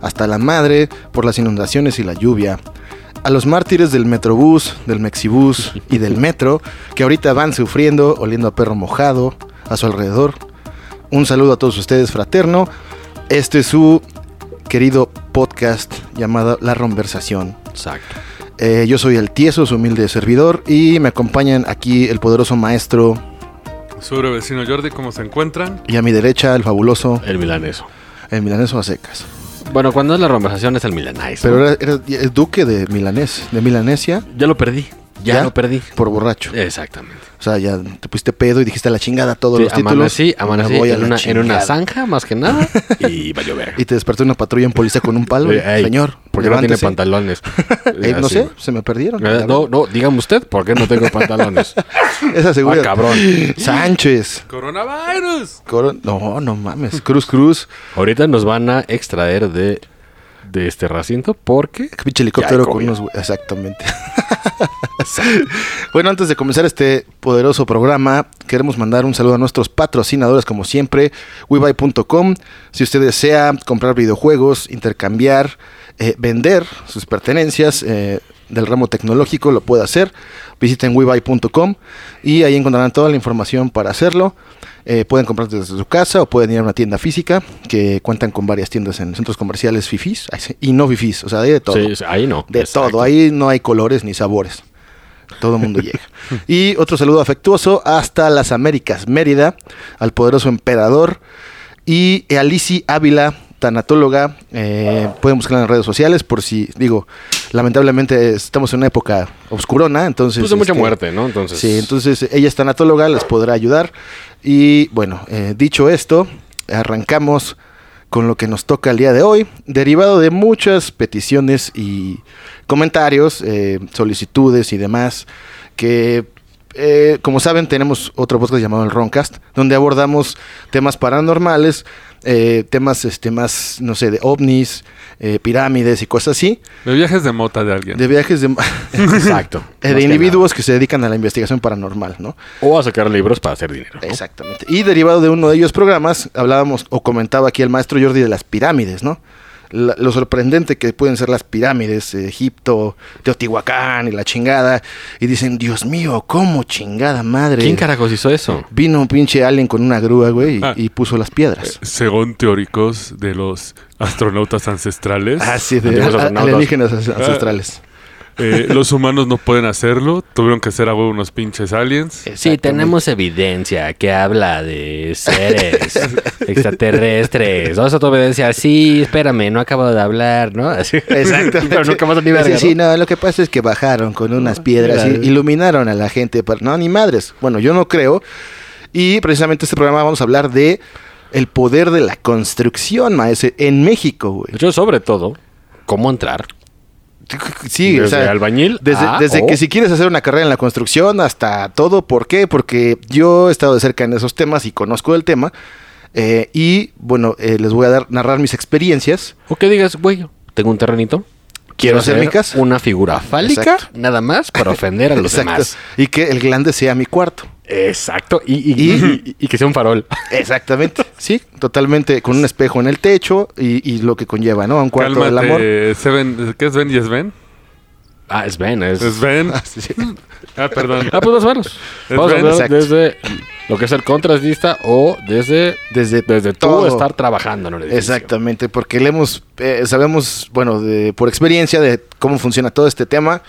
hasta la madre por las inundaciones y la lluvia. A los mártires del Metrobús, del Mexibús y del Metro, que ahorita van sufriendo, oliendo a perro mojado, a su alrededor. Un saludo a todos ustedes, fraterno. Este es su querido podcast llamado La Conversación. Exacto. Eh, yo soy el tieso, su humilde servidor, y me acompañan aquí el poderoso maestro Su vecino Jordi, ¿cómo se encuentran? y a mi derecha el fabuloso, El milaneso. el milaneso a secas. Bueno, cuando es la conversación es el milaneso. Pero era, era- es duque de Milanés, de Milanesia, ya lo perdí. Ya, ¿Ya? lo perdí. por borracho. Exactamente. O sea, ya te pusiste pedo y dijiste a la chingada todos Sí, los títulos. amanecí, me amanecí voy a en la una, en una chingada. zanja, más que nada, y valió ver. Y te despertó una patrulla en policía con un palo. Eh, ey, Señor, ¿Por qué no tiene levántese. pantalones? Eh, no Así. sé, se me perdieron. Eh, No, no, dígame usted, ¿por qué no tengo pantalones? Esa seguridad. Ah, cabrón. Sánchez. ¡Coronavirus! Coro- No, no mames. Cruz Cruz. Ahorita nos van a extraer de, de este recinto porque... Pinche helicóptero Ya hay con COVID. unos. güey- Exactamente. bueno, antes de comenzar este poderoso programa, queremos mandar un saludo a nuestros patrocinadores, como siempre, webuy.com. Si usted desea comprar videojuegos, intercambiar, eh, vender sus pertenencias eh, del ramo tecnológico, lo puede hacer. Visiten webuy.com y ahí encontrarán toda la información para hacerlo. Eh, pueden comprar desde su casa o pueden ir a una tienda física que cuentan con varias tiendas en centros comerciales fifís ay, sí, y no fifís, o sea, hay de todo. Sí, sí, ahí no. De Exacto. todo, ahí no hay colores ni sabores. Todo el mundo llega. Y otro saludo afectuoso hasta las Américas, Mérida, al poderoso emperador y a Lisi Ávila, tanatóloga. Eh, pueden buscarla en redes sociales por si, digo, lamentablemente estamos en una época obscurona, entonces... Pues de mucha este, muerte, ¿no? Entonces... Sí, entonces ella es tanatóloga, les podrá ayudar. Y bueno, eh, dicho esto, arrancamos con lo que nos toca el día de hoy, derivado de muchas peticiones y comentarios, eh, solicitudes y demás, que eh, como saben tenemos otro podcast llamado el Roncast, donde abordamos temas paranormales, eh, temas este, más, no sé, de ovnis, eh, pirámides y cosas así, De viajes de mota de alguien. de viajes de, Exacto. eh, de Más que individuos que se dedican a la investigación paranormal, ¿no? nada. O a sacar libros para hacer dinero. ¿no? Exactamente. Y derivado de uno de ellos programas, hablábamos o comentaba aquí el maestro Jordi de las pirámides, ¿no? La- lo sorprendente que pueden ser las pirámides, eh, Egipto, Teotihuacán y la chingada. Y dicen, Dios mío, ¿cómo chingada madre? ¿Quién carajos hizo eso? Vino un pinche alien con una grúa, güey, y, Ah. y puso las Eh, piedras. Según teóricos de los astronautas ancestrales, Ah, Así de Antiguos Ah. a- a- astronautas. alienígenas as- ancestrales. eh, los humanos no pueden hacerlo. Tuvieron que ser a huevo unos pinches aliens. Sí, tenemos evidencia que habla de seres extraterrestres. Vamos a tu evidencia. Sí, espérame, no acabo de hablar, ¿no? Así. Exacto. Pero nunca más ni verga, Sí, sí, ¿no? no, lo que pasa es que bajaron con unas piedras y Mira. iluminaron a la gente. Pero no, ni madres. Bueno, yo no creo. Y precisamente este programa vamos a hablar de el poder de la construcción, maese, en México, güey. Yo, sobre todo, ¿cómo entrar? Sí, Desde albañil Ah, oh. Desde, a- desde o- que si quieres hacer una carrera en la construcción hasta todo. ¿Por qué? Porque yo he estado de cerca en esos temas y conozco el tema. Eh, y bueno, eh, les voy a dar, narrar mis experiencias. O que digas, güey, tengo un terrenito. Quiero hacer mi casa. Una figura fálica, Exacto. nada más, para ofender a los demás. Y que el glande sea mi cuarto. Exacto. Y, y- y- y que sea un farol. Exactamente, sí, totalmente, con un espejo en el techo y, y lo que conlleva, ¿no? A un cuarto del amor. Cálmate, Seven- ¿Qué es Ben y Sven? Ah, es Ben, es. Sven. Sí, Ah, perdón. Ah, pues más o menos. Vamos a Ben, hablar exacto. desde lo que es el contratista o desde Desde, desde todo estar trabajando en un edificio. Exactamente, porque le hemos, eh, sabemos, bueno, de- por experiencia de cómo funciona todo este tema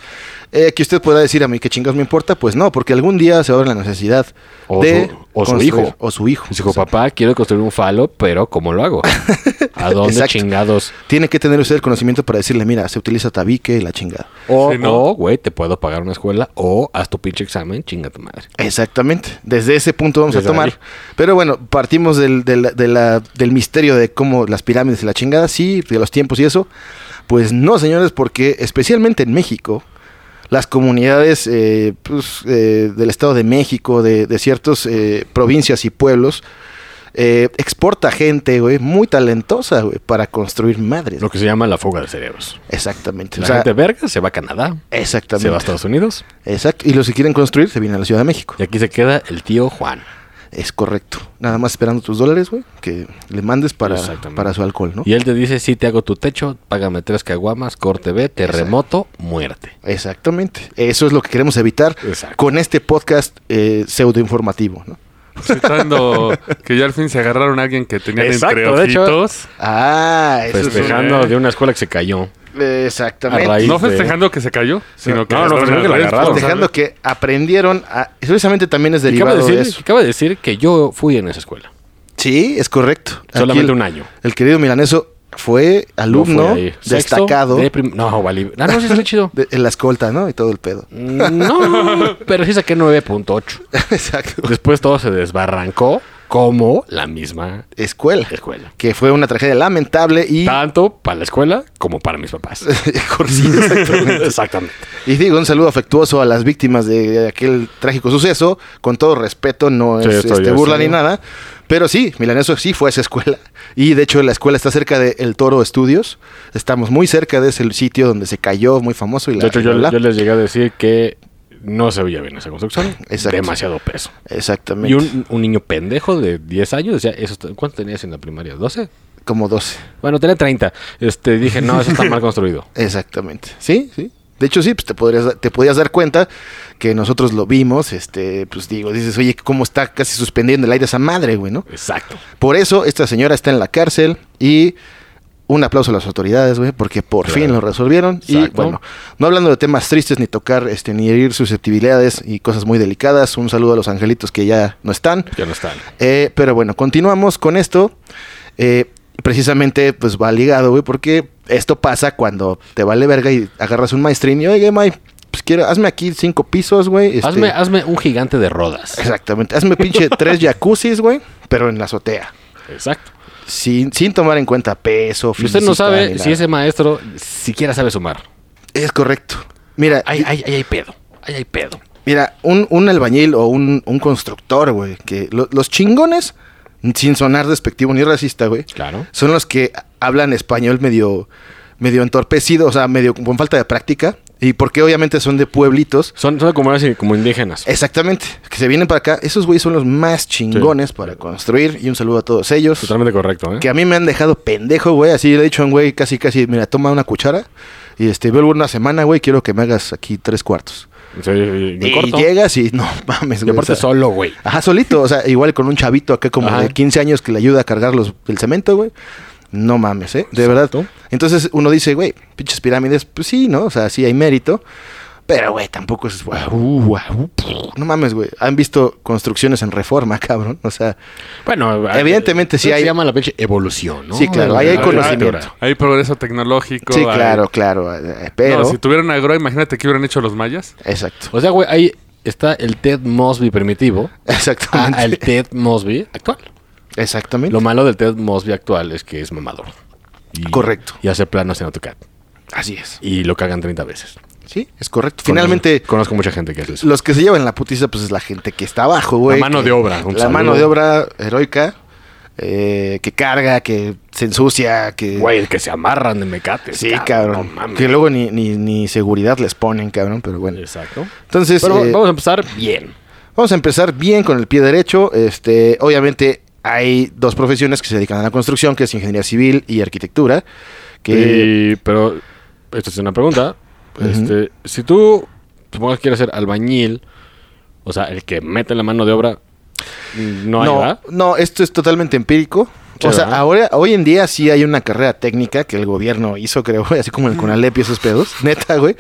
Eh, que usted podrá decir a mí que chingados me importa, pues no, porque algún día se va a ver la necesidad O de su- o su construir- hijo. o su hijo. Pues dijo, papá, quiero construir un falo, pero ¿cómo lo hago? ¿A dónde Exacto. chingados? Tiene que tener usted el conocimiento para decirle, mira, se utiliza tabique y la chingada. O, Sí, ¿no? o, güey, te puedo pagar una escuela, o haz tu pinche examen, chinga tu madre. Exactamente. Desde ese punto vamos Desde a tomar. ahí. Pero bueno, partimos del, del- de la- del misterio de cómo las pirámides y la chingada, sí, de los tiempos y eso. Pues no, señores, porque especialmente en México, las comunidades eh, pues, eh, del Estado de México, de, de ciertas provincias y pueblos, eh, exporta gente, güey, muy talentosa, güey, para construir madres. Lo que se llama la fuga de cerebros. Exactamente. La O sea, gente verga se va a Canadá, se va a exactamente. Estados Unidos, Exacto. Y los que quieren construir se vienen a la Ciudad de México. y aquí se queda el tío Juan. Es correcto. Nada más esperando tus dólares, güey, que le mandes para, Exactamente. para su alcohol, ¿no? Y él te dice, sí, te hago tu techo, págame tres caguamas, corte B, terremoto, muerte. Exactamente. Eso es lo que queremos evitar Exacto. con este podcast eh, pseudoinformativo, ¿no? Citando que ya al fin se agarraron a alguien que tenían entre Exacto, de hecho, ojitos. Ah, eso es un- Festejando eh. de una escuela que se cayó. eh, Exactamente. A raíz- No Este- festejando que se cayó, sino que No, no, festejando que la agarraron. Festejando que aprendieron a... Precisamente también es Y cabe derivado de decir, eso. cabe decir que yo fui en esa escuela. Sí, es correcto. Aquí Solamente el- un año. El querido milaneso fue No fui alumno ahí. Sexto destacado de prim- no, vale. Ah, no, sí, está chido. de- en la escolta, ¿no? Y todo el pedo. No, pero sí saqué 9.8. Exacto. Después todo se desbarrancó como la misma Escuela. escuela. Que fue una tragedia lamentable y... Tanto para la escuela como para mis papás. Sí, exactamente. Exactamente. Y digo un saludo afectuoso a las víctimas de, de aquel trágico suceso. Con todo respeto, no Sí, es estoy este, burla así. ni nada. Pero sí, Milaneso sí fue a esa escuela. Y de hecho, la escuela está cerca de El Toro Estudios. Estamos muy cerca de ese sitio donde se cayó, muy famoso. Y la, De hecho, y bla, yo, bla. yo les llegué a decir que no se veía bien esa construcción. Exacto. Demasiado peso. Exactamente. Y un, un niño pendejo de 10 años decía, eso está- ¿cuánto tenías en la primaria? ¿12? Como 12. Bueno, tenía 30. Este, dije, no, eso está mal construido. Exactamente. Sí, sí. De hecho, sí, pues te, podrías, da- te podías dar cuenta que nosotros lo vimos. Este, pues digo, dices, oye, ¿cómo está casi suspendiendo el aire esa madre, güey, no? Exacto. Por eso esta señora está en la cárcel y un aplauso a las autoridades, güey, porque por Claro. fin lo resolvieron. Y Exacto. bueno, no hablando de temas tristes ni tocar, este, ni herir susceptibilidades y cosas muy delicadas. Un saludo a los angelitos que ya no están. Ya no está. Eh, pero bueno, continuamos con esto. Eh, precisamente, pues va ligado, güey, porque esto pasa cuando te vale verga y agarras un maestrín y, oye, May, pues quiero, hazme aquí cinco pisos, güey. este, Hazme, hazme un gigante de rodas. Exactamente, hazme pinche tres jacuzzis, güey, pero en la azotea Exacto. sin, sin tomar en cuenta peso, Y usted físico, no ni sabe si nada. ese maestro siquiera sabe sumar. Es correcto. Mira, Ahí hay, hay pedo. Ahí hay pedo. mira un, un albañil o un, un constructor, güey, que lo- los chingones, sin sonar despectivo ni racista, güey, Claro. son los que hablan español medio, medio entorpecido, o sea, medio con falta de práctica, y porque obviamente son de pueblitos. Son, son como, así, como indígenas. Exactamente, que se vienen para acá. Esos güeyes son los más chingones para construir. Y un saludo a todos ellos. Totalmente correcto, ¿eh? que a mí me han dejado pendejo, güey. Así le he dicho a un güey casi, casi, mira, toma una cuchara y este, vuelvo en una semana, güey, quiero que me hagas aquí tres cuartos. Sí, y- y Y corto. llegas y no mames, Y güey. aparte o sea, solo, güey. Ajá, solito, o sea, igual con un chavito acá como Ajá. de 15 años que le ayuda a cargar los, el cemento, güey. No mames, ¿eh? De verdad. Exacto. Entonces uno dice, güey, pinches pirámides, pues sí, ¿no? O sea, sí hay mérito. Pero, güey, tampoco es... guau, guau, puf. no mames, güey. Han visto construcciones en reforma, cabrón. O sea, Bueno, Evidentemente sí se hay- llama la pinche evolución, ¿no? Sí, claro, ahí hay Ah, conocimiento. claro. Hay progreso tecnológico. sí, hay- claro, claro. eh, No, Pero... si tuvieran agro, imagínate qué hubieran hecho los mayas. Exacto. O sea, güey, ahí está el Ted Mosby primitivo Exactamente. Ah, al Ted Mosby actual. Exactamente. Lo malo del Ted Mosby actual es que es mamador. Y- Correcto. Y hace planos en AutoCAD. Así es. Y lo cagan 30 veces. Sí, es correcto. Finalmente, Conozco, conozco mucha gente que hace eso. los que se llevan la putiza, pues es la gente que está abajo, güey. La mano que- de obra, un La saludo. mano de obra heroica, eh, que carga, que se ensucia, que. Güey, que se amarran de mecates. sí, cabrón. no mames. que luego ni, ni, ni seguridad les ponen, cabrón, pero bueno. Exacto. Entonces, Pero eh, vamos a empezar bien. Vamos a empezar bien con el pie derecho. Este, obviamente hay dos profesiones que se dedican a la construcción, que es ingeniería civil y arquitectura. Que Y- pero, esta es una pregunta. Este, si tú, supongo que quieres ser albañil, o sea, el que mete la mano de obra, mm, no, hay, no, ¿verdad? no, esto es totalmente empírico. O sea, ¿verdad? ahora, hoy en día sí hay una carrera técnica que el gobierno hizo, creo, güey, así como el Conalep y esos pedos. Neta, güey.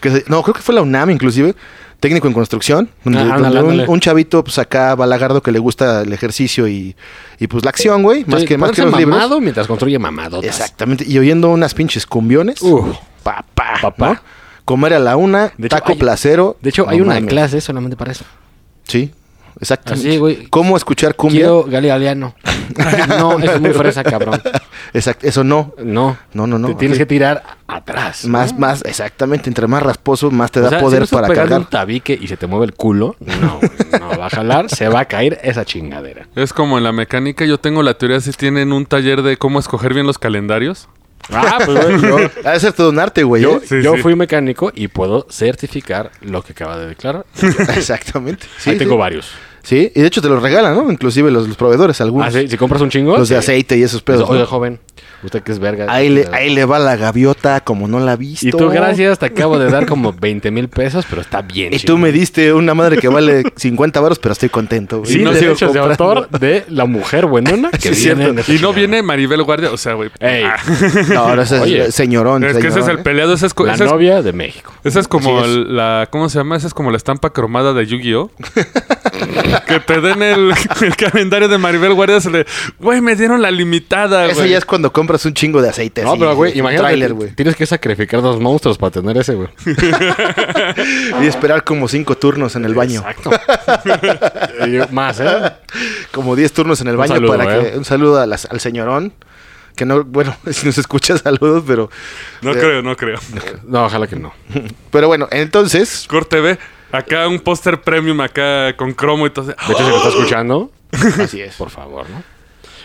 Que se- no, creo que fue la UNAM, inclusive. Técnico en construcción, donde, Ajá, donde Ah, ándale, ándale. un, un chavito, pues acá, balagardo, que le gusta el ejercicio y, y pues la acción, güey, más Sí, que, más que ponerse los libros. mamado mientras construye mamado. Exactamente. Y oyendo unas pinches cumbiones. Uf. papá. Papá. ¿no? Comer a la una, De hecho, taco hay- placero. De hecho, No hay una mames. clase solamente para eso. Sí, exactamente. Así, güey. ¿Cómo escuchar cumbia? Quiero galealiano. no, es muy fresa, cabrón. Exacto, eso no. No. No, no, no. Te tienes Así. que tirar atrás. Más, más, exactamente. Entre más rasposo, más te da O sea, si no poder estás para pegando un cargar. tabique y se te mueve el culo, no, güey, no va a jalar, se va a caer esa chingadera. Es como en la mecánica, yo tengo la teoría si tienen un taller de cómo escoger bien los calendarios. Ah, pues güey, yo, Ha de ser todo un arte, güey. yo- ¿eh? Sí, yo sí. fui mecánico y puedo certificar lo que acaba de declarar. Exactamente. Sí, Ahí tengo sí. varios. Sí, y de hecho te los regalan, ¿no? Inclusive los, los proveedores, algunos. Ah, sí, si compras un chingo. Los de sí. aceite y esos pedos. Oiga, ¿no? joven, usted que es verga. Este, Ahí le, ahí le va la gaviota como no la ha visto. Y tú, gracias, te acabo de dar como 20 mil pesos, pero está bien. Y chido. tú me diste una madre que vale 50 varos, pero estoy contento. güey. Sí, Y no los sigo derechos de comprando. autor de la mujer buenona que Sí, viene cierto. Eh, en esa Y no chingada. viene Maribel Guardia, o sea, güey. Ey, ah, No, ahora ese es Oye. señorón. es que ese es señorón, el ¿eh? peleado, ese es, co- la ese es- novia de México. esa es como Así es. el- la, ¿cómo se llama? Esa es como la estampa cromada de Yu-Gi-Oh! que te den el, el calendario de Maribel Guardia, se le, güey, me dieron la limitada, Eso güey. ya es cuando compras un chingo de aceite. No, así, pero güey, un imagínate. tráiler, güey. Tienes que sacrificar dos monstruos para tener ese, güey. Y esperar como cinco turnos en el baño. Exacto. Y Más, ¿eh? Como 10 turnos en el Un baño saludo, para ¿eh? que. Un saludo a las- al señorón. Que no, bueno, si nos escucha, saludos, pero. No creo, no creo. No, ojalá que no. Pero bueno, entonces. Corte B, acá un póster premium acá con cromo y todo. De hecho, si me está escuchando, Así es. por favor, ¿no?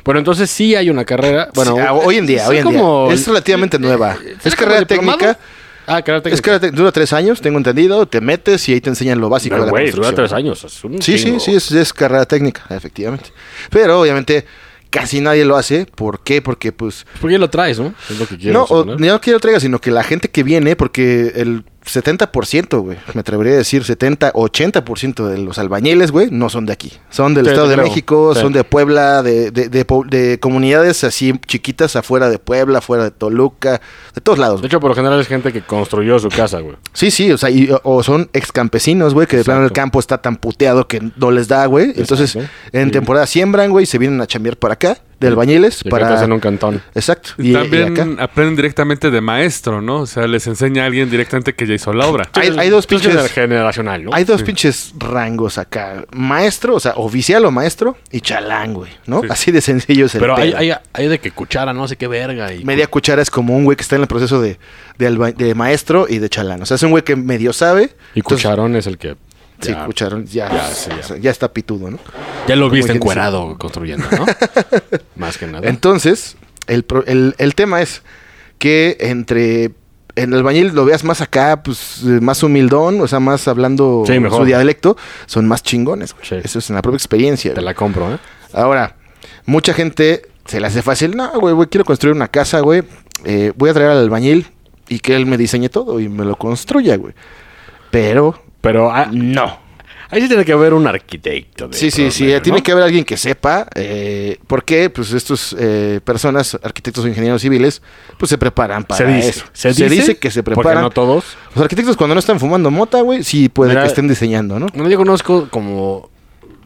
Bueno, entonces sí hay una carrera. Bueno, Sí, ah, hoy en día, son hoy en como- eh, día. Es relativamente nueva. Es ¿será como carrera diplomado? técnica. Ah, carrera técnica. Es carrera técnica. Dura tres años, tengo entendido. Te metes y ahí te enseñan lo básico No, de la güey, dura construcción. tres años. es un Sí, chingo. sí, sí, es, es carrera técnica, efectivamente. Pero obviamente casi nadie lo hace. ¿Por qué? Porque pues... ¿Por qué lo traes, no? Es lo que quiero no, o- suponer. no quiero traiga, sino que la gente que viene, porque el 70%, güey, me atrevería a decir 70, 80% de los albañiles, güey, no son de aquí. Son del Sí, Estado te de creo. México, Sí. son de Puebla, de, de- de po- de comunidades así chiquitas afuera de Puebla, afuera de Toluca, de todos lados. güey. De hecho, por lo general es gente que construyó su casa, güey. Sí, sí, o sea, y- o son ex campesinos, güey, que de plano el Exacto. campo está tan puteado que no les da, güey. Entonces, Exacto. en Sí. temporada siembran, güey, y se vienen a chambear para acá, de albañiles, Y para... para... en un cantón. Exacto. Y, también eh, acá. aprenden directamente de maestro, ¿no? O sea, les enseña a alguien directamente que ya hizo la obra. Hay, hay dos Tú eres pinches... generacional, ¿no? Hay dos pinches rangos acá. Maestro, o sea, oficial o maestro, y chalán, güey, ¿no? Sí. Así de sencillo es el Pero hay, pedo. hay, hay de que cuchara, no sé qué verga. Y Media cuchara es como un güey que está en el proceso de, de, alba- de maestro y de chalán. O sea, es un güey que medio sabe. Y entonces- cucharón es el que. Sí, ya, cucharón. Ya, Ya, sí, o ya. sea, ya está pitudo, ¿no? ya lo viste quien dice. encuerado construyendo, ¿no? Más que nada. Entonces, el, pro- el- el tema es que entre en el albañil lo veas más acá, pues eh, más humildón, o sea, más hablando Sí, mejor. su dialecto, son más chingones, güey. Sí. Eso es en la propia experiencia. Te güey. la compro, ¿eh? Ahora, mucha gente se le hace fácil, no, güey, güey, quiero construir una casa, güey, eh, voy a traer al albañil y que él me diseñe todo y me lo construya, güey. Pero Pero ah, no. ahí sí tiene que haber un arquitecto. de Sí, sí, sí. promedio, eh, Tiene ¿no? que haber alguien que sepa eh, por qué, pues, estas personas, arquitectos o ingenieros civiles, pues, se preparan para Se dice. eso. que se preparan. Porque no todos. Los arquitectos cuando no están fumando mota, güey, sí puede Mira, que estén diseñando, ¿no? Bueno, yo conozco como.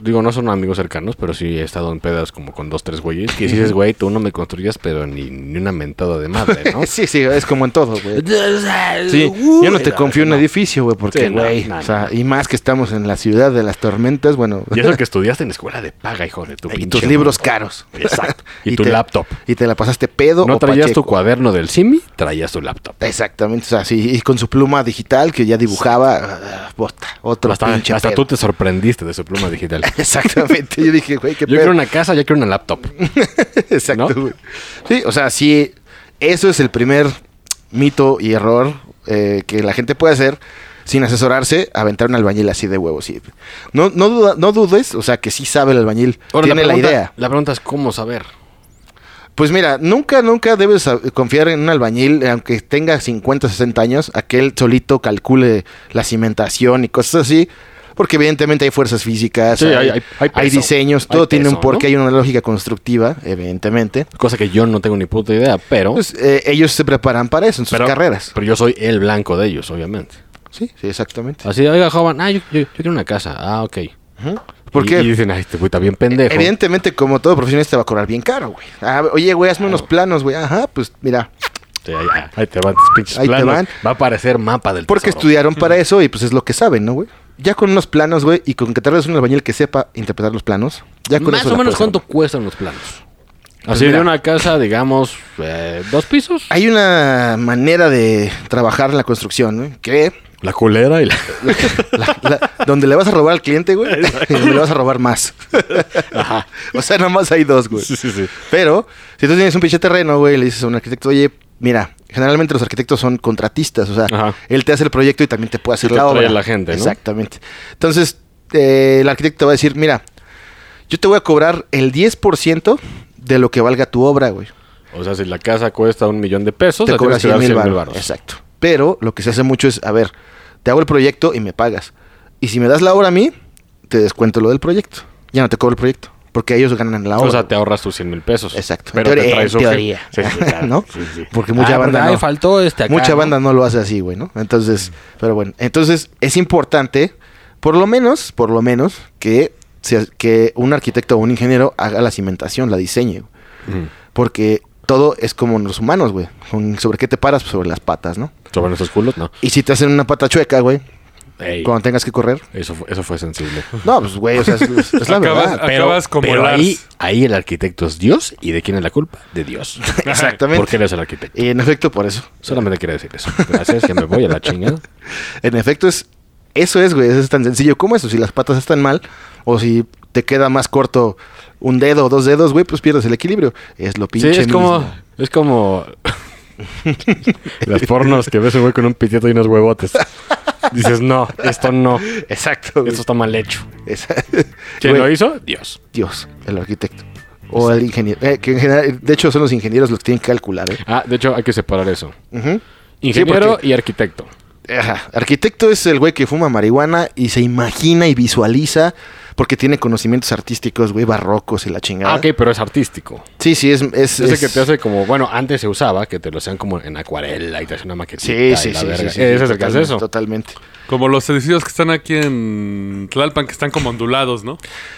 Digo, no son amigos cercanos, pero sí he estado en pedas como con dos, tres güeyes. Que dices, güey, tú no me construyas, pero ni, ni una mentada de madre, ¿no? Uh, sí, sí, es como en todo, güey. Sí, sí, yo no te confío en un edificio, güey, porque, Sí, no, güey, no, o sea, no. y más que estamos en la ciudad de las tormentas, bueno, Y eso que estudiaste en escuela de paga, hijo de tu y pinche tus madre. libros caros. Exacto. Y, tu te- laptop. Y te la pasaste pedo No o traías tu pacheco. cuaderno del Simi, traías tu laptop. Exactamente, o sea, sí, y con su pluma digital que ya dibujaba, ah, bota, otro Hasta, pinche hasta pedo. tú te sorprendiste de su pluma digital. Exactamente, yo dije, güey, qué Yo pedo. quiero una casa, yo quiero una laptop. Exacto, ¿no? güey. Sí, o sea, sí, eso es el primer mito y error eh, que la gente puede hacer sin asesorarse, aventar un albañil así de huevos. sí. No, no, duda- no dudes, o sea, que sí sabe el albañil, Ahora, tiene la pregunta- idea. La pregunta es cómo saber. Pues mira, nunca, nunca debes ah, confiar en un albañil, eh, aunque tenga 50, 60 años, a que él solito calcule la cimentación y cosas así. Porque evidentemente hay fuerzas físicas, Sí, hay, hay- hay- hay hay peso. diseños, todo Hay tiene peso, un porqué, ¿no? hay una lógica constructiva, evidentemente. Cosa que yo no tengo ni puta idea, pero. Pues, eh, ellos se preparan para eso en sus pero- carreras. Pero yo soy el blanco de ellos, obviamente. Sí, sí, exactamente. Así, oiga, joven, ah, yo, yo- yo quiero una casa. Ah, ok. ¿Por Y- qué? Y dicen, ay, este güey está bien pendejo. Evidentemente, como todo profesionista, te va a cobrar bien caro, güey. Ah, oye, güey, hazme unos planos, güey. Ajá, pues mira, Sí, ahí, ah, ahí te van tus pinches Ahí te planos. van. Va a aparecer mapa del Porque tesoro. estudiaron para eso y pues es lo que saben, ¿no, güey? Ya con unos planos, güey, y con que tardes un albañil que sepa interpretar los planos, ya con Más eso o la menos, puedes ¿cuánto armar. cuestan los planos? Así mira. de una casa, digamos, eh, dos pisos. Hay una manera de trabajar en la construcción, güey, que La culera y la... la- la- donde le vas a robar al cliente, güey, y donde le vas a robar más. o sea, nada más hay dos, güey. sí, sí. Pero, si tú tienes un pinche terreno, güey, y le dices a un arquitecto, oye, mira, generalmente los arquitectos son contratistas, o sea, Ajá. él te hace el proyecto y también te puede hacer Y te la trae obra. a la gente, ¿no? Exactamente. Entonces, eh, el arquitecto te va a decir, mira, yo te voy a cobrar el 10% de lo que valga tu obra, güey. O sea, si la casa cuesta un millón de pesos, te la cobra tienes que dar 100 mil cien mil baros. baros. Exacto. Pero lo que se hace mucho es, a ver, te hago el proyecto y me pagas. Y si me das la obra a mí, te descuento lo del proyecto. Ya no te cobro el proyecto, porque ellos ganan la obra. O sea, te ahorras tus 100 mil pesos. Exacto. Pero en teoría. te traes en un gen- teoría. Sí, sí, claro. ¿No? Sí, sí. Porque mucha Ah, banda ¿verdad? no. faltó este acá, mucha ¿no? Mm. banda no lo hace así, güey, ¿no? Entonces, pero bueno. Entonces, es importante, por lo menos, por lo menos, que, se- que un arquitecto o un ingeniero haga la cimentación, la diseñe. Ujú. Porque todo es como los humanos, güey. Con- ¿Sobre qué te paras? Pues sobre las patas, ¿no? Sobre nuestros culos, no. Y si te hacen una pata chueca, güey, Ey, cuando tengas que correr. eso, fue, eso fue sensible. No, pues, güey, o sea, es, es- es la Acabas- verdad. Pero, Acabas como pero Lars. ahí, ahí el arquitecto es Dios. ¿Y de quién es la culpa? De Dios. Exactamente. Porque él es el arquitecto. Y en efecto, por eso. Solamente quería decir eso. Gracias, ya me voy a la chingada. En efecto, es eso es, güey. Es tan sencillo como eso. Si las patas están mal o si te queda más corto un dedo o dos dedos, güey, pues pierdes el equilibrio. Es lo pinche sí, es como... mismo. Es como... Las pornos que ves un güey con un pitito y unos huevotes. Dices, no, esto no. Exacto. güey. Esto está mal hecho. Es- ¿Quién Güey, lo hizo? Dios. Dios, el arquitecto. O el ingeniero. Eh, que en general, de hecho, son los ingenieros los que tienen que calcular, ¿eh? Ah, de hecho, hay que separar eso. Ujú. Ingeniero porque- y arquitecto. Ajá. Arquitecto es el güey que fuma marihuana y se imagina y visualiza porque tiene conocimientos artísticos, güey, barrocos y la chingada. Ah, ok, pero es artístico. Sí, sí, es... es, Es el es- que te hace como, bueno, antes se usaba que te lo hacían como en acuarela y te hacían una maquetita. Sí, sí, sí, sí, sí, sí, Ese es el que totalmente, hace eso. Totalmente. Como los edificios que están aquí en Tlalpan, que están como ondulados, ¿no?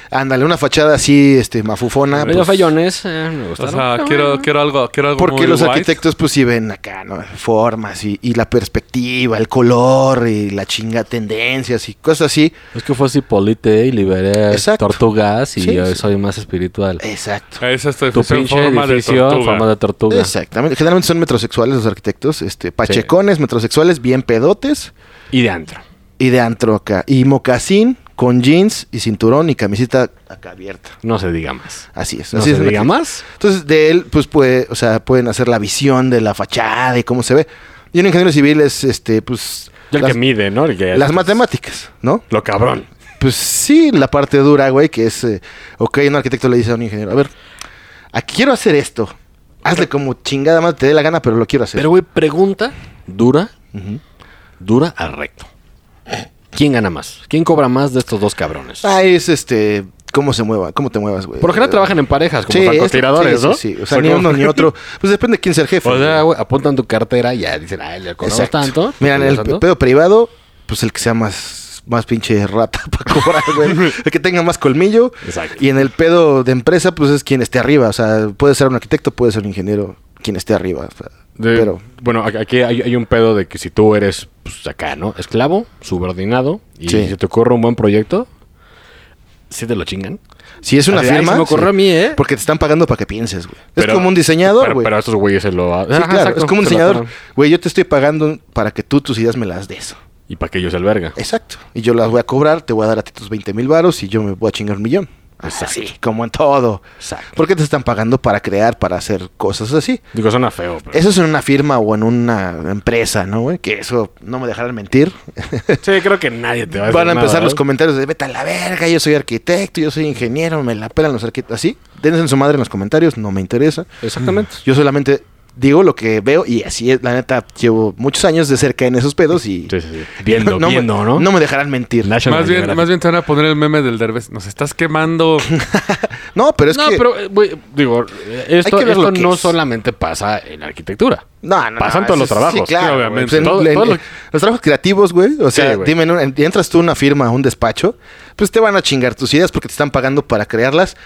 Ándale, una fachada así, este, mafufona. Medio pues, fallones, eh, me O gustaron. sea, quiero, quiero algo, quiero algo porque muy los white. arquitectos, pues, sí ven acá, ¿no? Formas y, y la perspectiva, el color y la chinga tendencias y cosas así. Es que fue así polite y liberé eh, Exacto. tortugas y Sí, yo sí. soy más espiritual. Exacto. Es este tu edificio en pinche forma edificio de en tortuga. forma de tortuga. Exactamente. Generalmente son metrosexuales los arquitectos, este, pachecones, metrosexuales, bien pedotes. Y de antro. y de antro acá. Y mocasín con jeans y cinturón y camiseta acá abierta. No se diga más. Así es. No así se es el diga arquitecto. más. Entonces, de él, pues, puede, o sea, pueden hacer la visión de la fachada y cómo se ve. Y un ingeniero civil es, este, pues... Yo el las, que mide, ¿no? El que- las matemáticas, ¿no? Lo cabrón. Pues sí, la parte dura, güey, que es... eh, ok, un arquitecto le dice a un ingeniero, a ver, ah, quiero hacer esto. Hazle como chingada más te dé la gana, pero lo quiero hacer. Pero, güey, pregunta dura, Ujú. dura al recto. ¿Quién gana más? ¿Quién cobra más de estos dos cabrones? Ah, es, este, cómo se mueva, cómo te muevas, güey. Por lo general trabajan en parejas, como Sí, francotiradores, es- sí, ¿no? Sí, sí. O sea, ni uno como- ni otro. Pues depende de quién sea el jefe. O sea, güey. güey, apuntan tu cartera y ya dicen, ah, le cobramos Exacto. tanto. Mira, en el tanto. pedo privado, pues el que sea más, más pinche rata para cobrar, güey. El que tenga más colmillo. Exacto. Y en el pedo de empresa, pues es quien esté arriba. O sea, puede ser un arquitecto, puede ser un ingeniero, quien esté arriba. o sea, De- pero Bueno, a- aquí hay, hay un pedo de que si tú eres, pues acá, ¿no? Esclavo, subordinado, y Sí. si te ocurre un buen proyecto, sí te lo chingan. si es una Así, ay, firma. se me ocurrió sí, a mí, ¿eh? Porque te están pagando para que pienses, güey. Es Pero- como un pero- diseñador, güey. Pero, a estos güeyes se lo... Sí, claro. es como un diseñador. Güey, yo te estoy pagando para que tú tus ideas me las des. Y para que ellos se alberga. Exacto. Y yo las voy a cobrar, te voy a dar a ti tus 20 mil varos y yo me voy a chingar un millón. Exacto. Así, como en todo. Exacto. Porque te están pagando para crear, para hacer cosas así. Digo, suena feo, pero... Eso es en una firma o en una empresa, ¿no, güey? Que eso no me dejarán mentir. Sí, creo que nadie te va a decir Van a nada, empezar los ¿verdad? comentarios de vete a la verga, yo soy arquitecto, yo soy ingeniero, me la pelan los arquitectos. Así, dense en su madre en los comentarios, no me interesa. Exactamente. Yo solamente digo lo que veo y así es, la neta, llevo muchos años de cerca en esos pedos y... Sí, sí, sí. Viendo, no, me- viendo, ¿no? No me dejarán mentir. National Más bien, Geographic. más bien te van a poner el meme del derbez. Nos estás quemando. No, pero es no, que... pero, eh, güey, digo, eh, esto, Hay que ver esto lo que no es. solamente pasa en la arquitectura. No, no, Pasan no, todos eso Ah, los trabajos, Sí, claro, obviamente. güey. Pues en- Todo- en- todo lo- en Los trabajos creativos, güey. O sea, Sí, güey. dime, en un- en- entras tú a una firma, a un despacho, pues te van a chingar tus ideas porque te están pagando para crearlas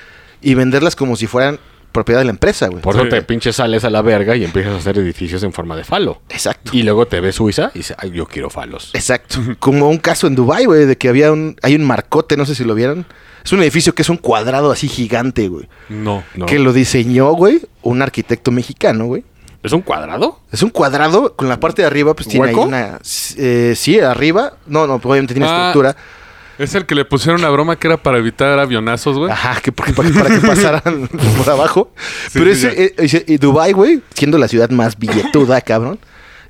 y venderlas como si fueran propiedad de la empresa, güey. Por Sí. eso te pinches sales a la verga y empiezas a hacer edificios en forma de falo. Exacto. Y luego te ves Suiza y dices, ay, yo quiero falos. Exacto. Como un caso en Dubai, güey, de que había un hay un marcote, no sé si lo vieron. Es un edificio que es un cuadrado así gigante, güey, No. No. que lo diseñó, güey, un arquitecto mexicano, güey. ¿Es un cuadrado? Es un cuadrado con la parte de arriba, pues tiene ahí ¿Hueco? una eh, sí, arriba. No, no, pues, obviamente tiene Ah. estructura. Es el que le pusieron una broma que era para evitar avionazos, güey. Ajá, que porque, para, para que pasaran por abajo. Pero sí, ese, eh, ese- y Dubái, güey, siendo la ciudad más billetuda, cabrón,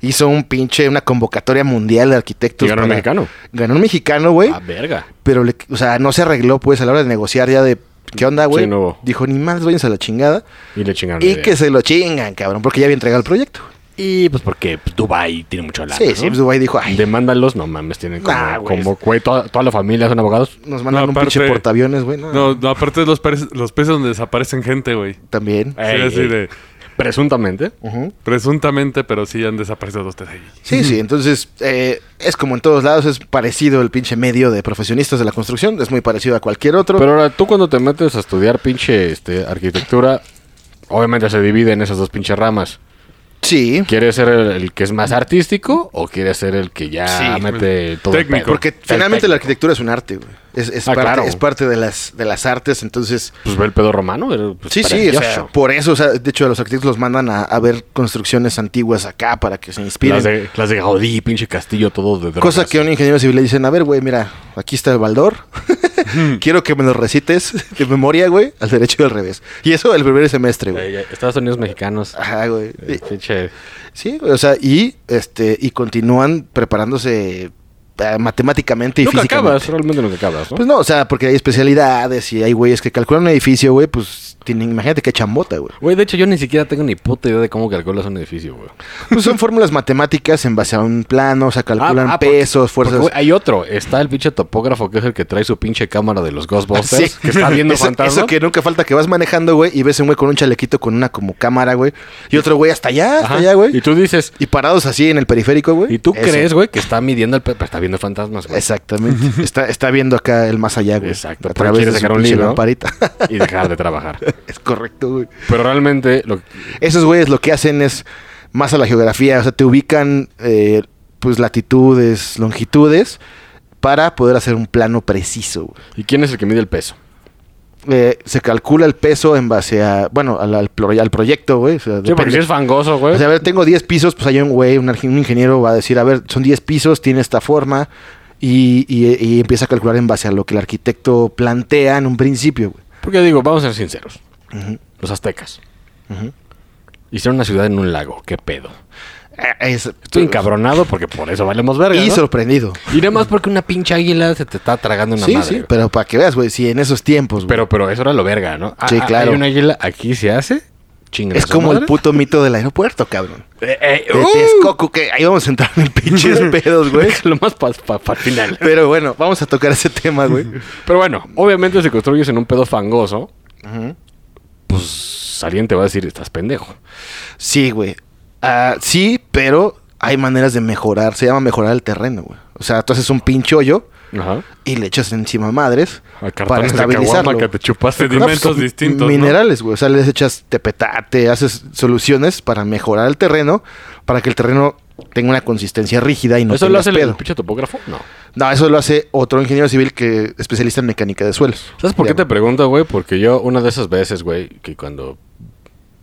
hizo un pinche, una convocatoria mundial de arquitectos. Y ganó un mexicano. Ganó un mexicano, güey. Ah, verga. Pero, le- o sea, no se arregló, pues, a la hora de negociar ya de... ¿Qué onda, güey? Sí, no hubo. Dijo, ni más, váyanse a la chingada. Y le chingaron. la Y idea. que se lo chingan, cabrón, porque ya había entregado el proyecto. Y pues porque pues, Dubai tiene mucho lana. sí, sí, ¿no? pues, Dubái dijo, ay, Demándalos, no mames, tienen como, Nah, güey. como güey, toda, toda la familia son abogados. nos mandan No, un pinche aparte- portaaviones, güey. No, No, no, aparte de los, pares- los países donde desaparecen gente, güey. También. Sí, Ey, así ey. de- Presuntamente. Ujú. presuntamente, pero sí han desaparecido dos, tres ahí. Sí, sí, entonces eh, es como en todos lados, es parecido el pinche medio de profesionistas de la construcción, es muy parecido a cualquier otro. Pero ahora, tú cuando te metes a estudiar pinche este, arquitectura, obviamente se divide en esas dos pinches ramas. sí, ¿Quieres ser el, el que es más artístico o quieres ser el que ya Sí, mete todo el técnico. pedo? porque El finalmente la técnico. arquitectura es un arte, güey. Es, es Ah, parte, claro. es parte de, las, de las artes, entonces... Pues ve el pedo romano. era, pues, Sí, sí, o sea, precioso. por eso, o sea, de hecho, a los arquitectos los mandan a, a ver construcciones antiguas acá para que se inspiren. Las de, las de Gaudí, pinche castillo, todo de drogas. Cosa que a un ingeniero civil le dicen, a ver, güey, mira, aquí está el baldor. Quiero que me lo recites de memoria, güey, al derecho y al revés. Y eso el primer semestre, güey. Eh, ya- Estados Unidos mexicanos. Ajá, güey. eh, Ah, pinche- Sí, güey, o sea, y este y continúan preparándose eh, matemáticamente y Nunca físicamente. acabas, realmente nunca acabas, ¿no? Pues no, o sea, porque hay especialidades y hay güeyes que calculan un edificio, güey, pues tienen, imagínate qué chambota, güey. Güey, de hecho yo ni siquiera tengo ni puta idea de cómo calculas un edificio, güey. Pues son fórmulas matemáticas en base a un plano, o sea, calculan Ah, ah, porque- pesos, porque, fuerzas. güey, hay otro, está el pinche topógrafo que es el que trae su pinche cámara de los Ghostbusters, Ah, Sí. que está viendo eso, fantasmas. eso que nunca falta que vas manejando, güey, y ves a un güey con un chalequito con una como cámara, güey, y otro güey hasta allá, hasta Ajá. allá, Y güey. tú dices, Y parados así en el periférico, güey. ¿y tú Eso. crees, güey, que está midiendo el pe- pero está viendo fantasmas, güey? Exactamente. está, está viendo acá el más allá, güey. Exacto, A pero través quiere de su sacar un pinche libro. lamparita. Y dejar de trabajar. Es correcto, güey. Pero realmente lo Esos güeyes lo que hacen es más a la geografía, o sea, te ubican eh, pues latitudes, longitudes para poder hacer un plano preciso. güey. ¿Y quién es el que mide el peso? Eh, se calcula el peso en base a, bueno, al, al pro- al proyecto, güey. o sea, Sí, porque depende. si es fangoso, güey. O sea, a ver, tengo 10 pisos, pues hay un güey, un, arg- un ingeniero va a decir, a ver, son 10 pisos, tiene esta forma y, y- y empieza a calcular en base a lo que el arquitecto plantea en un principio, güey. Porque digo, vamos a ser sinceros. Ujú, Los aztecas. ujú. Hicieron una ciudad en un lago, qué pedo. Eh, es- Estoy encabronado porque por eso valemos verga. Y ¿no? sorprendido. Y nada más porque una pinche águila se te está tragando una sí, madre. sí, güey. pero para que veas, güey, sí, en esos tiempos, güey. pero, pero eso era lo verga, ¿no? Ah, Sí, ah, claro. Hay una águila, aquí se hace. Chinga. Es su como el madre. puto mito del aeropuerto, cabrón. Eh, eh, De uh, Texcoco, que ahí vamos a entrar en pinches pedos, güey. lo más para el final. Pero bueno, vamos a tocar ese tema, güey. Pero bueno, obviamente si construyes en un pedo fangoso, Ujú. pues alguien te va a decir, estás pendejo. Sí, güey. Ah, sí, pero hay maneras de mejorar. Se llama mejorar el terreno, güey. O sea, tú haces un pinche hoyo Ajá. y le echas encima madres A para cartones de estabilizarlo. caguama que te chupaste. No, Sedimentos son distintos, ¿no? Minerales, güey. O sea, les echas tepetate, haces soluciones para mejorar el terreno, para que el terreno tenga una consistencia rígida y no ¿Eso lo tengas hace el, pedo. el pinche topógrafo? No. No, eso lo hace otro ingeniero civil que especialista en mecánica de suelos. ¿Sabes por qué te Ya. pregunto, güey? Porque yo una de esas veces, güey, que cuando...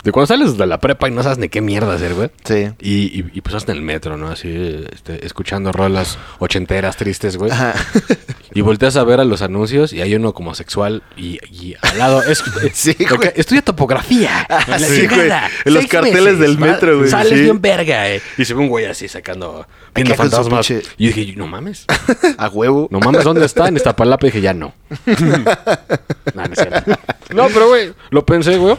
De cuando sales de la prepa y no sabes ni qué mierda hacer, güey. Sí. Y, y, y pues hasta en el metro, ¿no? Así, este, escuchando rolas ochenteras tristes, güey. Ajá. Y volteas a ver a los anuncios y hay uno como sexual y, y al lado es... Sí, lo güey. que- estudia topografía. La sí, chingada. güey. En los Seis carteles del va- metro, güey, Sales sí. bien verga, eh. Y se ve un güey así sacando... Viendo con su fantasmas. pinche- Y dije, no mames. A huevo. No mames, ¿dónde está? En Iztapalapa. Y dije, ya no. no, no, es cierto. No, pero güey, lo pensé, güey.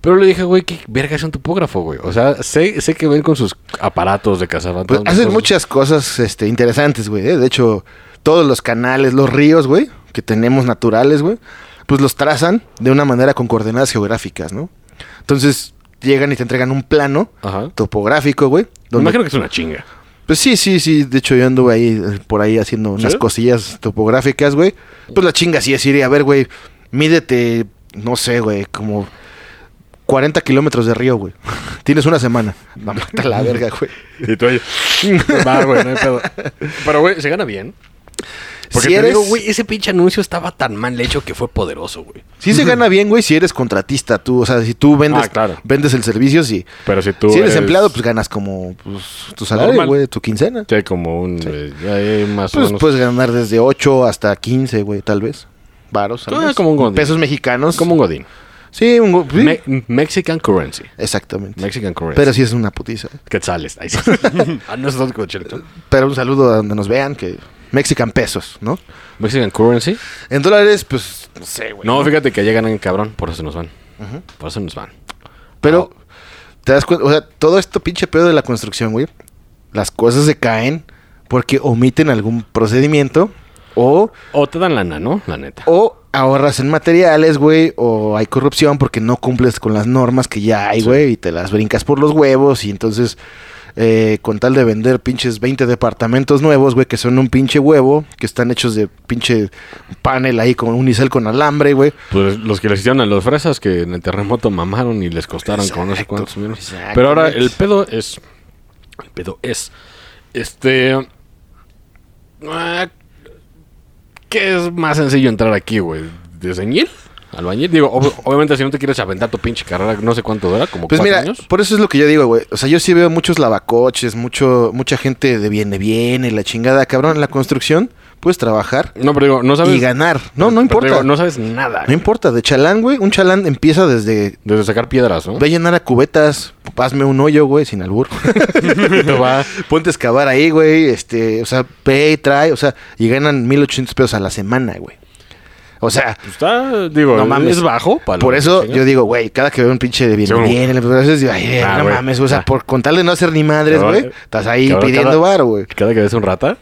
Pero le dije, güey, qué verga es un topógrafo, güey. O sea, sé, sé que ven con sus aparatos de Pues cazafantasmas. hacen cosas. muchas cosas este, interesantes, güey. ¿eh? De hecho, todos los canales, los ríos, güey, que tenemos naturales, güey, pues los trazan de una manera con coordenadas geográficas, ¿no? Entonces llegan y te entregan un plano Ajá. topográfico, güey. Me donde- imagino que es una chinga. Pues sí, sí, sí. De hecho, yo anduve ahí, eh, por ahí haciendo unas ¿Sí? cosillas topográficas, güey. Pues la chinga sí es ir y a ver, güey, mídete, no sé, güey, como 40 kilómetros de río, güey. Tienes una semana. Mamata la verga, güey. Y tú ahí. "Mm, Va, güey, no hay pedo. Pero, güey, se gana bien. Porque Si te eres- digo, güey, ese pinche anuncio estaba tan mal hecho que fue poderoso, güey. Sí se gana bien, güey, si eres contratista tú. O sea, si tú vendes, Ah, claro. vendes el servicio, sí. Pero si tú. si eres empleado, pues ganas como pues, tu salario, Normal. güey, tu quincena. Sí, como un. eh, ya hay más o Pues menos. puedes ganar desde 8 hasta 15, güey, tal vez. Varos, al Ah, mes. como un godín. Pesos mexicanos. como un Godín. Sí, un... go- sí. Me- Mexican currency. Exactamente. Mexican currency. Pero sí es una putiza. Quetzales. Ahí sí. ah, no es todo cochelito. Pero un saludo a donde nos vean, que... Mexican pesos, ¿no? Mexican currency. En dólares, pues, no sé, güey. No, fíjate que allá ganan en cabrón. Por eso nos van. Por eso nos van. Pero, te das cuenta, o sea, todo esto pinche pedo de la construcción, güey. Las cosas se caen porque omiten algún procedimiento o, O te dan lana, ¿no? La neta. o ahorras en materiales, güey, o hay corrupción porque no cumples con las normas que ya hay, güey, y te las brincas por los huevos y entonces... eh, con tal de vender pinches 20 departamentos nuevos, güey, que son un pinche huevo, que están hechos de pinche panel ahí con unicel con alambre, güey. Pues los que les hicieron a los fresas que en el terremoto mamaron y les costaron como no sé Exacto, cuántos millones. exactamente. Pero ahora el pedo es. El pedo es. Este. ah, ¿Qué es más sencillo entrar aquí, güey? ¿Deseñil? ¿Albañil? Digo, ob- obviamente si no te quieres aventar tu pinche carrera, no sé cuánto dura, como Pues cuatro mira, años. por eso es lo que yo digo, güey. O sea, yo sí veo muchos lavacoches, mucho, mucha gente de viene, viene, la chingada, cabrón. En la construcción puedes trabajar No, pero digo, no sabes. y ganar. No, Pero no te importa. digo, no, no sabes nada. güey. importa. De chalán, güey, un chalán empieza desde... Desde sacar piedras, ¿no? Ve a llenar a cubetas, hazme un hoyo, güey, sin albur. Te va- Ponte a excavar ahí, güey. Este, o sea, ve, trae, o sea, y ganan 1800 pesos a la semana, güey. O sea, Pues Está, digo, No mames. es bajo. para lo Por que eso chingas. yo digo, güey, cada que veo un pinche de bien, Sí, güey. bien, a veces digo, ay, Ah, no güey. mames, o sea, Ah. por con tal de no hacer ni madres, Cabrón, eh, güey, estás ahí cabrón, pidiendo cada- bar, güey. Cada que ves un rata.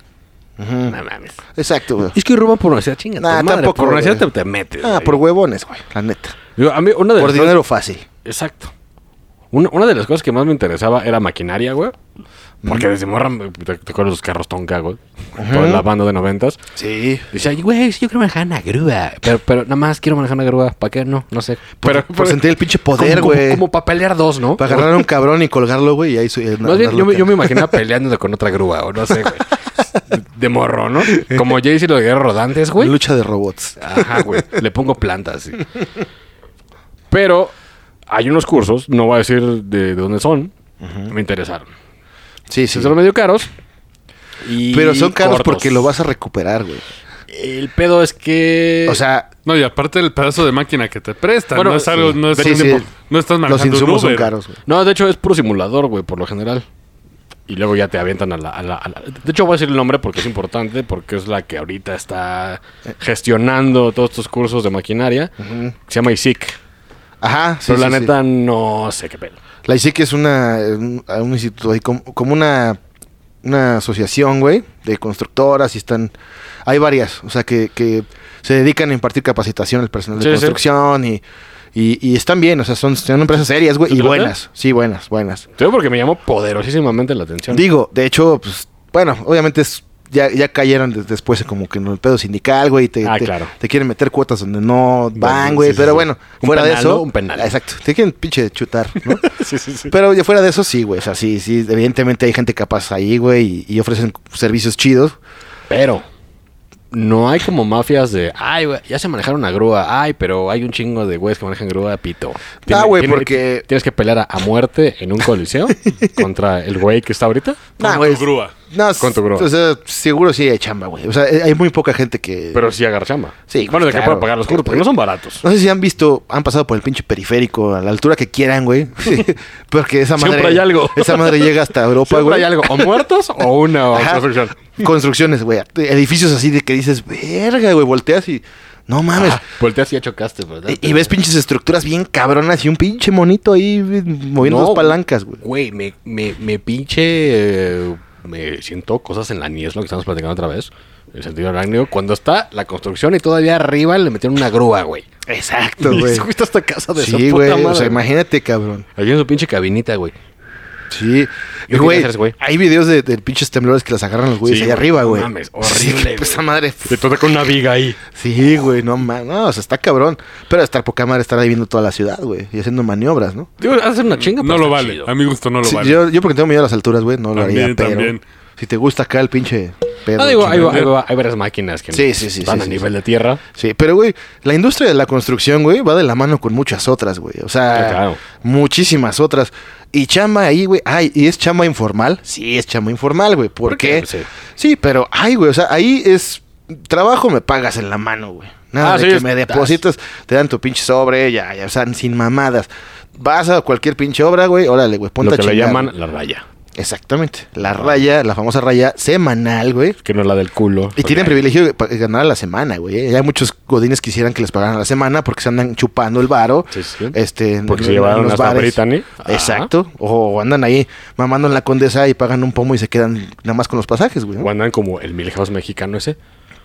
Ujú. No mames. Exacto, güey. Es que roban por necesidad, chinga. Nah, tu madre, tampoco, Por necesidad te, güey. te metes. Ah, güey. por huevones, güey, la neta. Yo, a mí, una de Por las dinero fácil. cosas- exacto. Una, una de las cosas que más me interesaba era maquinaria, güey. Porque desde morra, me- te, te acuerdas de los carros tonka, güey. Toda la banda de noventas. Sí. Dice, "Ay, güey, yo quiero manejar una grúa. Pero, pero nada más quiero manejar una grúa. ¿Para qué? No, no sé. Pero, Por, por sentir el pinche poder, como- güey. Como, como para pelear dos, ¿no? Para agarrar a un cabrón y colgarlo, güey, y ahí eh, soy. Más bien, yo, me- yo me imaginaba peleando con otra grúa, o no sé, güey. De- De morro, ¿no? Como Jayce y lo de Guerra Rodantes, güey. Lucha de robots. Ajá, güey. Le pongo plantas. sí. Pero hay unos cursos, no voy a decir de, de dónde son, me interesaron. Sí, Sí. sí. Son medio caros. y Pero son caros cortos. porque lo vas a recuperar, güey. El pedo es que. O sea, No, y aparte el pedazo de máquina que te prestan. Bueno, no es algo, no es sí, un sí. tipo- no estás los manejando un insumos son Uber. caros, güey. No, de hecho es puro simulador, güey, por lo general. Y luego ya te avientan a la, a la- a la- De hecho voy a decir el nombre porque es importante, porque es la que ahorita está Eh. gestionando todos estos cursos de maquinaria. Se llama ISIC. Ajá, sí. pero la sí, sí. neta no sé qué pedo. La ISIC es una, eh, un, un instituto ahí como, como una, una asociación, güey, de constructoras y están... Hay varias, o sea, que, que se dedican a impartir capacitación al personal de Sí, sí. construcción Y, y, y están bien, o sea, son, son empresas serias, güey, ¿Sí y te late? buenas, sí, buenas, buenas. Yo porque me llamó poderosísimamente la atención. Digo, de hecho, pues, bueno, obviamente es... Ya, ya cayeron de- después como que en el pedo sindical, güey, y te, Ah, te, claro. te quieren meter cuotas donde no van, sí, güey, sí, pero sí. bueno, Un fuera de penal, eso... ¿no? Un penal. Exacto, te quieren pinche chutar, ¿no? sí, sí, sí. Pero ya fuera de eso, sí, güey. O sea, sí, sí. Evidentemente hay gente capaz ahí, güey. Y, y ofrecen servicios chidos. Pero no hay como mafias de, ay, güey, ya se manejaron una grúa, ay, pero hay un chingo de güeyes que manejan grúa de pito. Tiene- Ah, güey, tiene- porque- Tienes que pelear a, a muerte en un coliseo contra el güey que está ahorita. Con Nah, tu güey. grúa. No, Con tu grúa. O sea, seguro sí hay chamba, güey. O sea, eh, hay muy poca gente que. Pero sí agarra chamba. Sí, Bueno, de claro. que pueda pagar los cursos, porque no son baratos. No sé si han visto, han pasado por el pinche periférico a la altura que quieran, güey. Sí, porque esa madre. Siempre hay algo. Esa madre llega hasta Europa, Siempre güey. hay algo, o muertos o una Ajá. construcción. Construcciones, güey. Edificios así de que dices, verga, güey. Volteas y. No mames. Ah, volteas y ya chocaste, pues, ¿verdad? Pues, Y, y ves pinches estructuras bien cabronas y un pinche monito ahí eh, moviendo No, las palancas, güey. Güey, me, me, me pinche. eh, me siento cosas en la niez, lo que estamos platicando otra vez. En el sentido arácnido. Cuando está la construcción y todavía arriba le metieron una grúa, güey. Exacto, Y güey. se fuiste hasta casa de Sí, esa güey. puta madre. O sea, imagínate, cabrón. Allí en su pinche cabinita, güey. Sí. Y, quería güey, hacer eso, güey. hay videos de, de pinches temblores que las agarran los güeyes Sí, ahí güey, arriba, no güey. mames, horrible, Sí, güey. esa madre. Te toca con una viga ahí. Sí, güey, no mames. No, o sea, está cabrón. Pero estar poca madre estar ahí viendo toda la ciudad, güey. Y haciendo maniobras, ¿no? Digo, hacer una chinga, No pero lo pues está vale. chido. A mi gusto no lo Sí, vale. yo, yo porque tengo miedo a las alturas, güey, no lo También, haría, pero... también. Si te gusta acá el pinche pedo. Ah, digo, hay, chingón. hay- hay- hay varias máquinas que Sí, sí, sí, van sí, a sí, nivel de tierra. Sí, pero güey, la industria de la construcción, güey, va de la mano con muchas otras, güey. O sea, Ah, claro. muchísimas otras. Y chamba ahí, güey. Ay, ¿y es chamba informal? Sí, es chamba informal, güey. ¿Por, ¿Por qué? qué? Sí. Sí, pero ay, güey, o sea, ahí es trabajo me pagas en la mano, güey. Nada Ah, de sí, que me estás. depositas, te dan tu pinche sobre, ya, ya, o sea, sin mamadas. Vas a cualquier pinche obra, güey, órale, güey, ponte Lo a que le chingar, llaman Ah. güey. la raya. Exactamente. La raya, la famosa raya semanal, güey. Que no es la del culo. Y tienen Porque- privilegio de pa- ganar a la semana, güey. ¿eh? Ya hay muchos godines que quisieran que les pagaran a la semana porque se andan chupando el varo. Sí, sí. Este, en- Porque se en- en llevaron los hasta bares. Brittany. Exacto. O andan ahí mamando en la condesa y pagan un pomo y se quedan nada más con los pasajes, güey. ¿no? O andan como el Milhouse mexicano ese.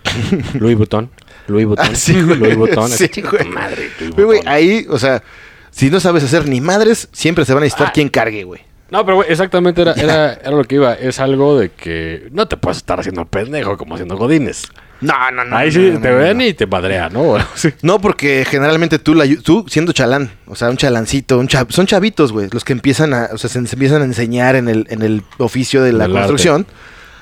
Louis Vuitton. Louis Vuitton. Ah, sí, güey. Louis Vuitton. Sí, así, chica güey. Madre, Louis Güey, güey, Vuitton. ahí, o sea, si no sabes hacer ni madres, siempre se van a necesitar Ah. quien cargue, güey. No, pero güey, exactamente era, era, era lo que iba. Es algo de que no te puedes estar haciendo pendejo como haciendo godines. No, no, no. Ahí no, sí no, te no, ven no. y te padrean, ¿no? Sí. No, porque generalmente tú, la ayu- tú siendo chalán, o sea, un chalancito, un cha- son chavitos, güey, los que empiezan a, o sea, se, se empiezan a enseñar en el, en el oficio de la Del arte. construcción,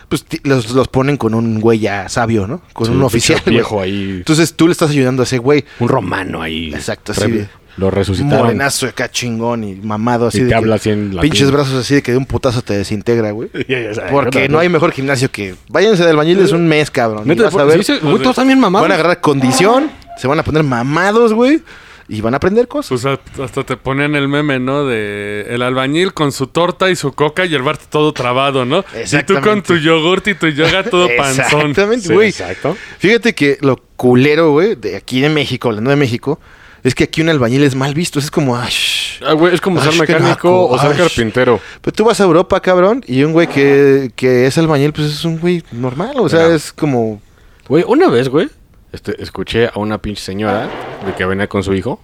pues ti- los, los ponen con un güey ya sabio, ¿no? Con Sí, un pinche oficial. güey. viejo ahí. Entonces tú le estás ayudando a ese güey. Un romano ahí. Exacto, Re- así de- Lo resucitaron. Morenazo acá chingón y mamado así Y de. te que habla así en latín. pinches brazos así de que de un putazo te desintegra, güey. Ya, ya sabes, Porque no hay mejor gimnasio que. Váyanse de albañiles un mes, cabrón. y Neta, vas a por- ver. sí, sí, güey, todos también mamados. Van a agarrar condición, se van a poner mamados, güey. Y van a aprender cosas. Pues a- hasta te ponían el meme, ¿no? De el albañil con su torta y su coca y el bar todo trabado, ¿no? Y tú con Exactamente. tu yogurt y tu yoga todo panzón. Exactamente, Sí, güey. exacto. Fíjate que lo culero, güey, de aquí de México, hablando de México, es que aquí un albañil es mal visto. Es como, ah, shh. Ah, güey, es como ser Ay, qué mecánico naco. o ser Ay. carpintero. Pero tú vas a Europa, cabrón, y un güey que, que es albañil, pues es un güey normal. O sea, Claro. es como, Güey, una vez, güey, este, escuché a una pinche señora de que venía con su hijo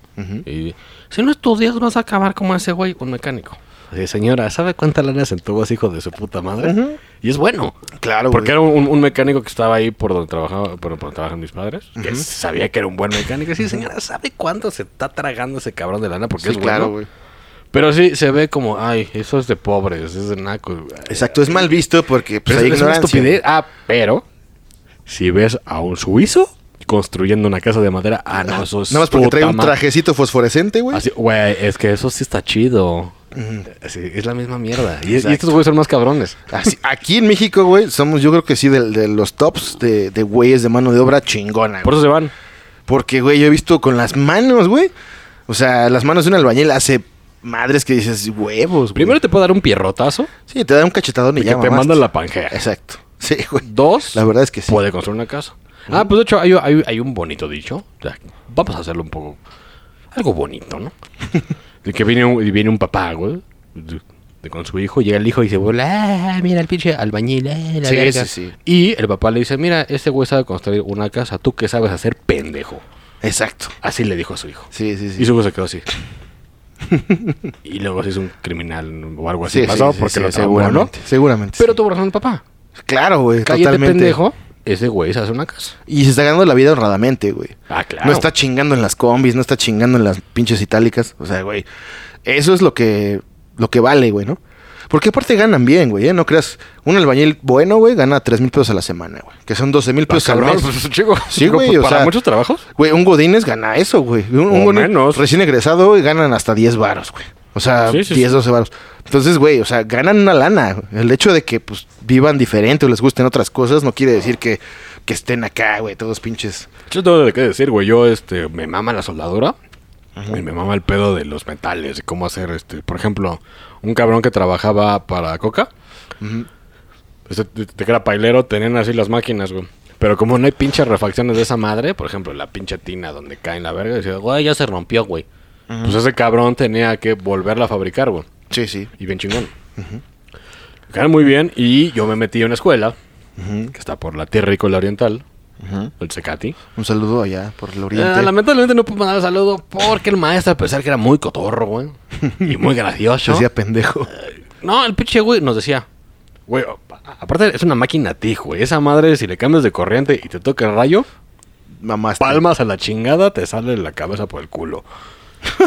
y si no estudias vas a acabar como ese güey, un mecánico. Sí, señora, ¿sabe cuánta lana se entubó ese hijo de su puta madre? Y es bueno. Claro, Porque güey. era un, un mecánico que estaba ahí por donde trabajaba, por donde trabajan mis padres, que sabía que era un buen mecánico. Sí, señora, ¿sabe cuánto se está tragando ese cabrón de lana? Porque Sí, es bueno. claro, güey. Pero sí, se ve como, ay, eso es de pobres, es de nacos. güey. Exacto, es mal visto porque pues, Pero hay es, es una ignorancia. estupidez. Ah, pero si ves a un suizo construyendo una casa de madera, ah, no, eso es Nada más porque puta trae un ma- trajecito fosforescente, güey. Así, güey, es que eso sí está chido. Sí, es la misma mierda. Y, y Exacto. estos güeyes son más cabrones. Así- aquí en México, güey, somos yo creo que sí del- de, los tops de, de güeyes de mano de obra chingona. Por güey. eso se van. Porque, güey, yo he visto con las manos, güey. O sea, las manos de un albañil hace madres que dices huevos, güey. Primero te puedo dar un pierrotazo Sí, te da un cachetadón y y que ya te mamaste. manda la pangea. Exacto. Sí, güey. Dos, La verdad es que sí. puede construir una casa. Ah, pues de hecho hay, hay- hay un bonito dicho. O sea, vamos a hacerlo un poco... Algo bonito, ¿no? de que viene un, y viene un papá, güey. de- de con su hijo, llega el hijo y dice, "Hola, ah, mira el pinche albañil, eh, la Sí, verga". sí, sí. Y el papá le dice, mira, este güey sabe construir una casa, tú qué sabes hacer, pendejo. Exacto. Así le dijo a su hijo. Sí, sí, sí. Y su hijo se quedó así. y luego se hizo un criminal o algo así. Sí, sí, pasó sí, porque sí, lo traumó, ¿no? seguramente. Seguramente. Pero sí. tuvo razón el papá. Claro, güey, Cállate, totalmente. pendejo. Ese güey se hace una casa. Y se está ganando la vida honradamente, güey. Ah, claro. No está chingando en las combis, no está chingando en las pinches itálicas. O sea, güey, eso es lo que, lo que vale, güey, ¿no? Porque aparte ganan bien, güey, ¿eh? No creas, un albañil bueno, güey, gana 3 mil pesos a la semana, güey. Que son 12 mil Pues pesos al mes. chico. pues, Sí, güey, o Para sea- muchos trabajos. Güey, un Godínez gana eso, güey. Un, un O Godín menos. recién egresado güey, ganan hasta 10 varos, güey. O sea, Sí, sí, 10, sí. 12 varos. Entonces, güey, o sea, ganan una lana. El hecho de que, pues, vivan diferente o les gusten otras cosas no quiere decir que, que estén acá, güey, todos pinches. Yo tengo de qué decir, güey. Yo, este, me mama la soldadura. Y me mama el pedo de los metales y cómo hacer, este, por ejemplo, un cabrón que trabajaba para Coca. Este, de- de que era pailero, tenían así las máquinas, güey. Pero como no hay pinches refacciones de esa madre, por ejemplo, la pinche tina donde cae en la verga, dice, güey, ya se rompió, güey. Pues ese cabrón tenía que volverla a fabricar, güey. Sí, sí. Y bien chingón. Me caen muy bien y yo me metí a una escuela que está por la Terrícola Oriental, el Secati. Un saludo allá por el oriente. Eh, lamentablemente no pude mandar saludo porque el maestro, a pesar que era muy cotorro, güey, y muy gracioso. Decía pendejo. Eh, No, el pinche güey nos decía, güey, a- aparte es una máquina tij, güey. Esa madre, si le cambias de corriente y te toca el rayo, Mamaste. palmas a la chingada, te sale la cabeza por el culo.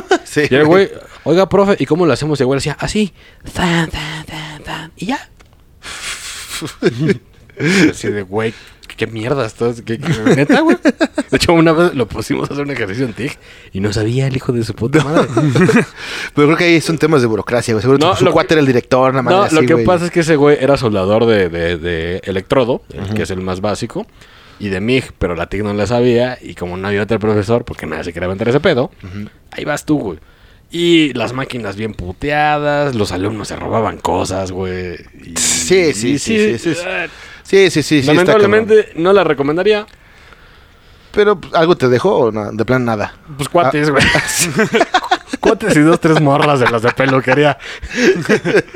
Sí. Y el güey, oiga, profe, ¿y cómo lo hacemos? Y el güey decía, así, tan, tan, tan, tan, y ya. así de, güey, qué mierda estás, qué, qué- neta, güey. De hecho, una vez lo pusimos a hacer un ejercicio en TIC y no sabía el hijo de su puta madre. Pero creo que ahí son temas de burocracia, güey. Seguro No, que su lo que- cuate era el director, nada más. No, lo que pasa es que ese güey era soldador de, de- de electrodo, el que es el más básico, y de MIG, pero la TIC no la sabía, y como no había otro profesor, porque nadie se quería aventar ese pedo, ahí vas tú, güey. Y las máquinas bien puteadas, los alumnos se robaban cosas, güey. y- Sí, sí, y sí, sí, sí, sí. eh, Sí, sí, sí. sí está Lamentablemente no la recomendaría. cabrón. Pero pues, algo te dejó o na- de plan nada. Pues cuates, güey. cuates y dos, tres morras de las de peluquería.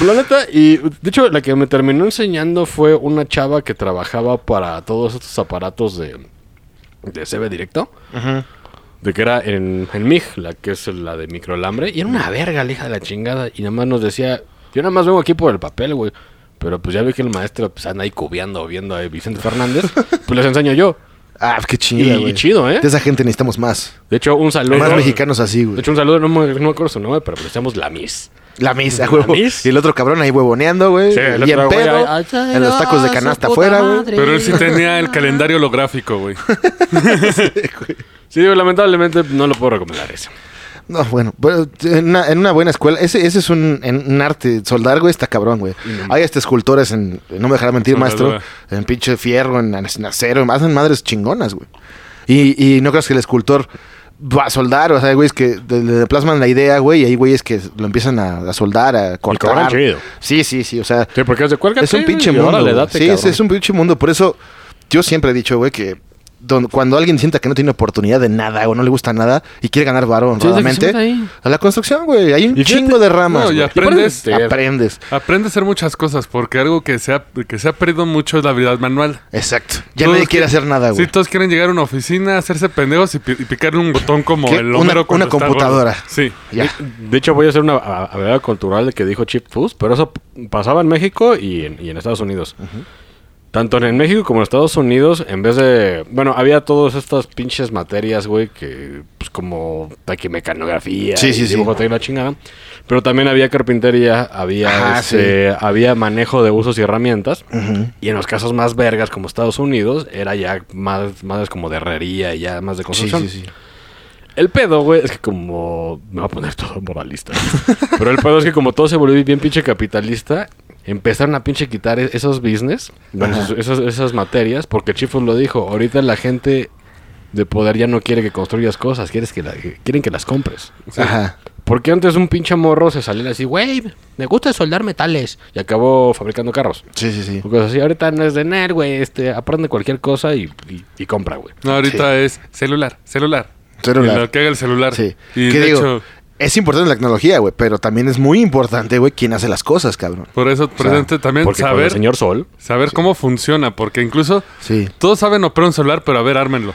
la neta, y de hecho, la que me terminó enseñando fue una chava que trabajaba para todos estos aparatos de, de CB directo. De que era en, en MIG, la que es la de microalambre. Y era una verga, la hija de la chingada. Y nada más nos decía, yo nada más vengo aquí por el papel, güey. Pero pues ya vi que el maestro pues, anda ahí cubiando, viendo a Vicente Fernández. Pues les enseño yo. Ah, qué chingada, Y- y güey. chido, ¿eh? De esa gente necesitamos más. De hecho, un saludo. Más mexicanos así, De güey. hecho, un saludo, no me, no me acuerdo su nombre, pero le decíamos la Miss. La misa, ¿La güey. mis? Y el otro cabrón ahí huevoneando, güey. Sí, el y en otro güey pedo. ahí, ay, en los tacos de canasta afuera, güey. Pero él sí tenía el calendario holográfico, güey. Sí, digo, lamentablemente no lo puedo recomendar ese. No, bueno. pero en, una, en una buena escuela. Ese, ese es un, en- un arte. Soldar, güey, está cabrón, güey. Hay hasta escultores en. No me dejará mentir, maestro. Soldadura. En pinche fierro, en, en acero. Hacen madres chingonas, güey. Y, y no creas que el escultor. Va a soldar, o sea, güey, es que le- le plasman la idea, güey, y ahí, güey, es que lo empiezan a, a soldar, a cortar. chido. Sí, sí, sí, o sea, Sí, porque es de cuelga. Es un pinche mundo. güey. sí, es, es un pinche mundo. Por eso yo siempre he dicho, güey, que don- cuando alguien sienta que no tiene oportunidad de nada o no le gusta nada y quiere ganar varón, Sí, es lo que realmente, se mete ahí. a la construcción, güey. Hay un Y fíjate- chingo de ramas. No, y güey. aprendes, aparte- Aprendes. aprendes a hacer muchas cosas, porque algo que se ha, que se ha perdido mucho es la habilidad manual. Exacto. Ya Todos nadie quiere quieren- hacer nada, güey. Sí, todos quieren llegar a una oficina, hacerse pendejos y, pi- y picarle un botón como ¿Qué? el Una- homero cuando una está computadora. gordo. Sí. Eh, Ya. De hecho, voy a hacer una a- hablada cultural de que dijo Chip Foos, pero eso p- pasaba en México y en, y en Estados Unidos. Tanto en México como en Estados Unidos, en vez de. Bueno, había todas estas pinches materias, güey, que. Pues como taquimecanografía, Sí, y sí, sí. dibujo técnico, la chingada. Pero también había carpintería, había, Ajá, este, había manejo de usos y herramientas. Y en los casos más vergas, como Estados Unidos, era ya más, más como de herrería y ya más de Sí, construcción. sí, sí. El pedo, güey, es que como. Me va a poner todo moralista. Pero el pedo es que como todo se volvió bien pinche capitalista, empezaron a pinche quitar e- esos business, bueno, Ajá. esos- esas, esas materias, porque Chifos lo dijo. Ahorita la gente de poder ya no quiere que construyas cosas, quieres que la- que- quieren que las compres. Ajá. Porque antes un pinche morro se salía así, güey, me gusta soldar metales. Y acabó fabricando carros. Sí, sí, sí. O cosas así. Ahorita no es de nerd, güey. Este, aprende cualquier cosa y, y- y compra, güey. No, ahorita es celular, celular. Celular. Y lo que haga el celular. Sí. Y ¿Qué de digo? hecho, Es importante la tecnología, güey, pero también es muy importante, güey, quién hace las cosas, cabrón. por eso, por O sea, eso también Porque con el saber, señor Sol. saber cómo funciona, porque incluso Sí. todos saben operar un celular, pero a ver, ármenlo.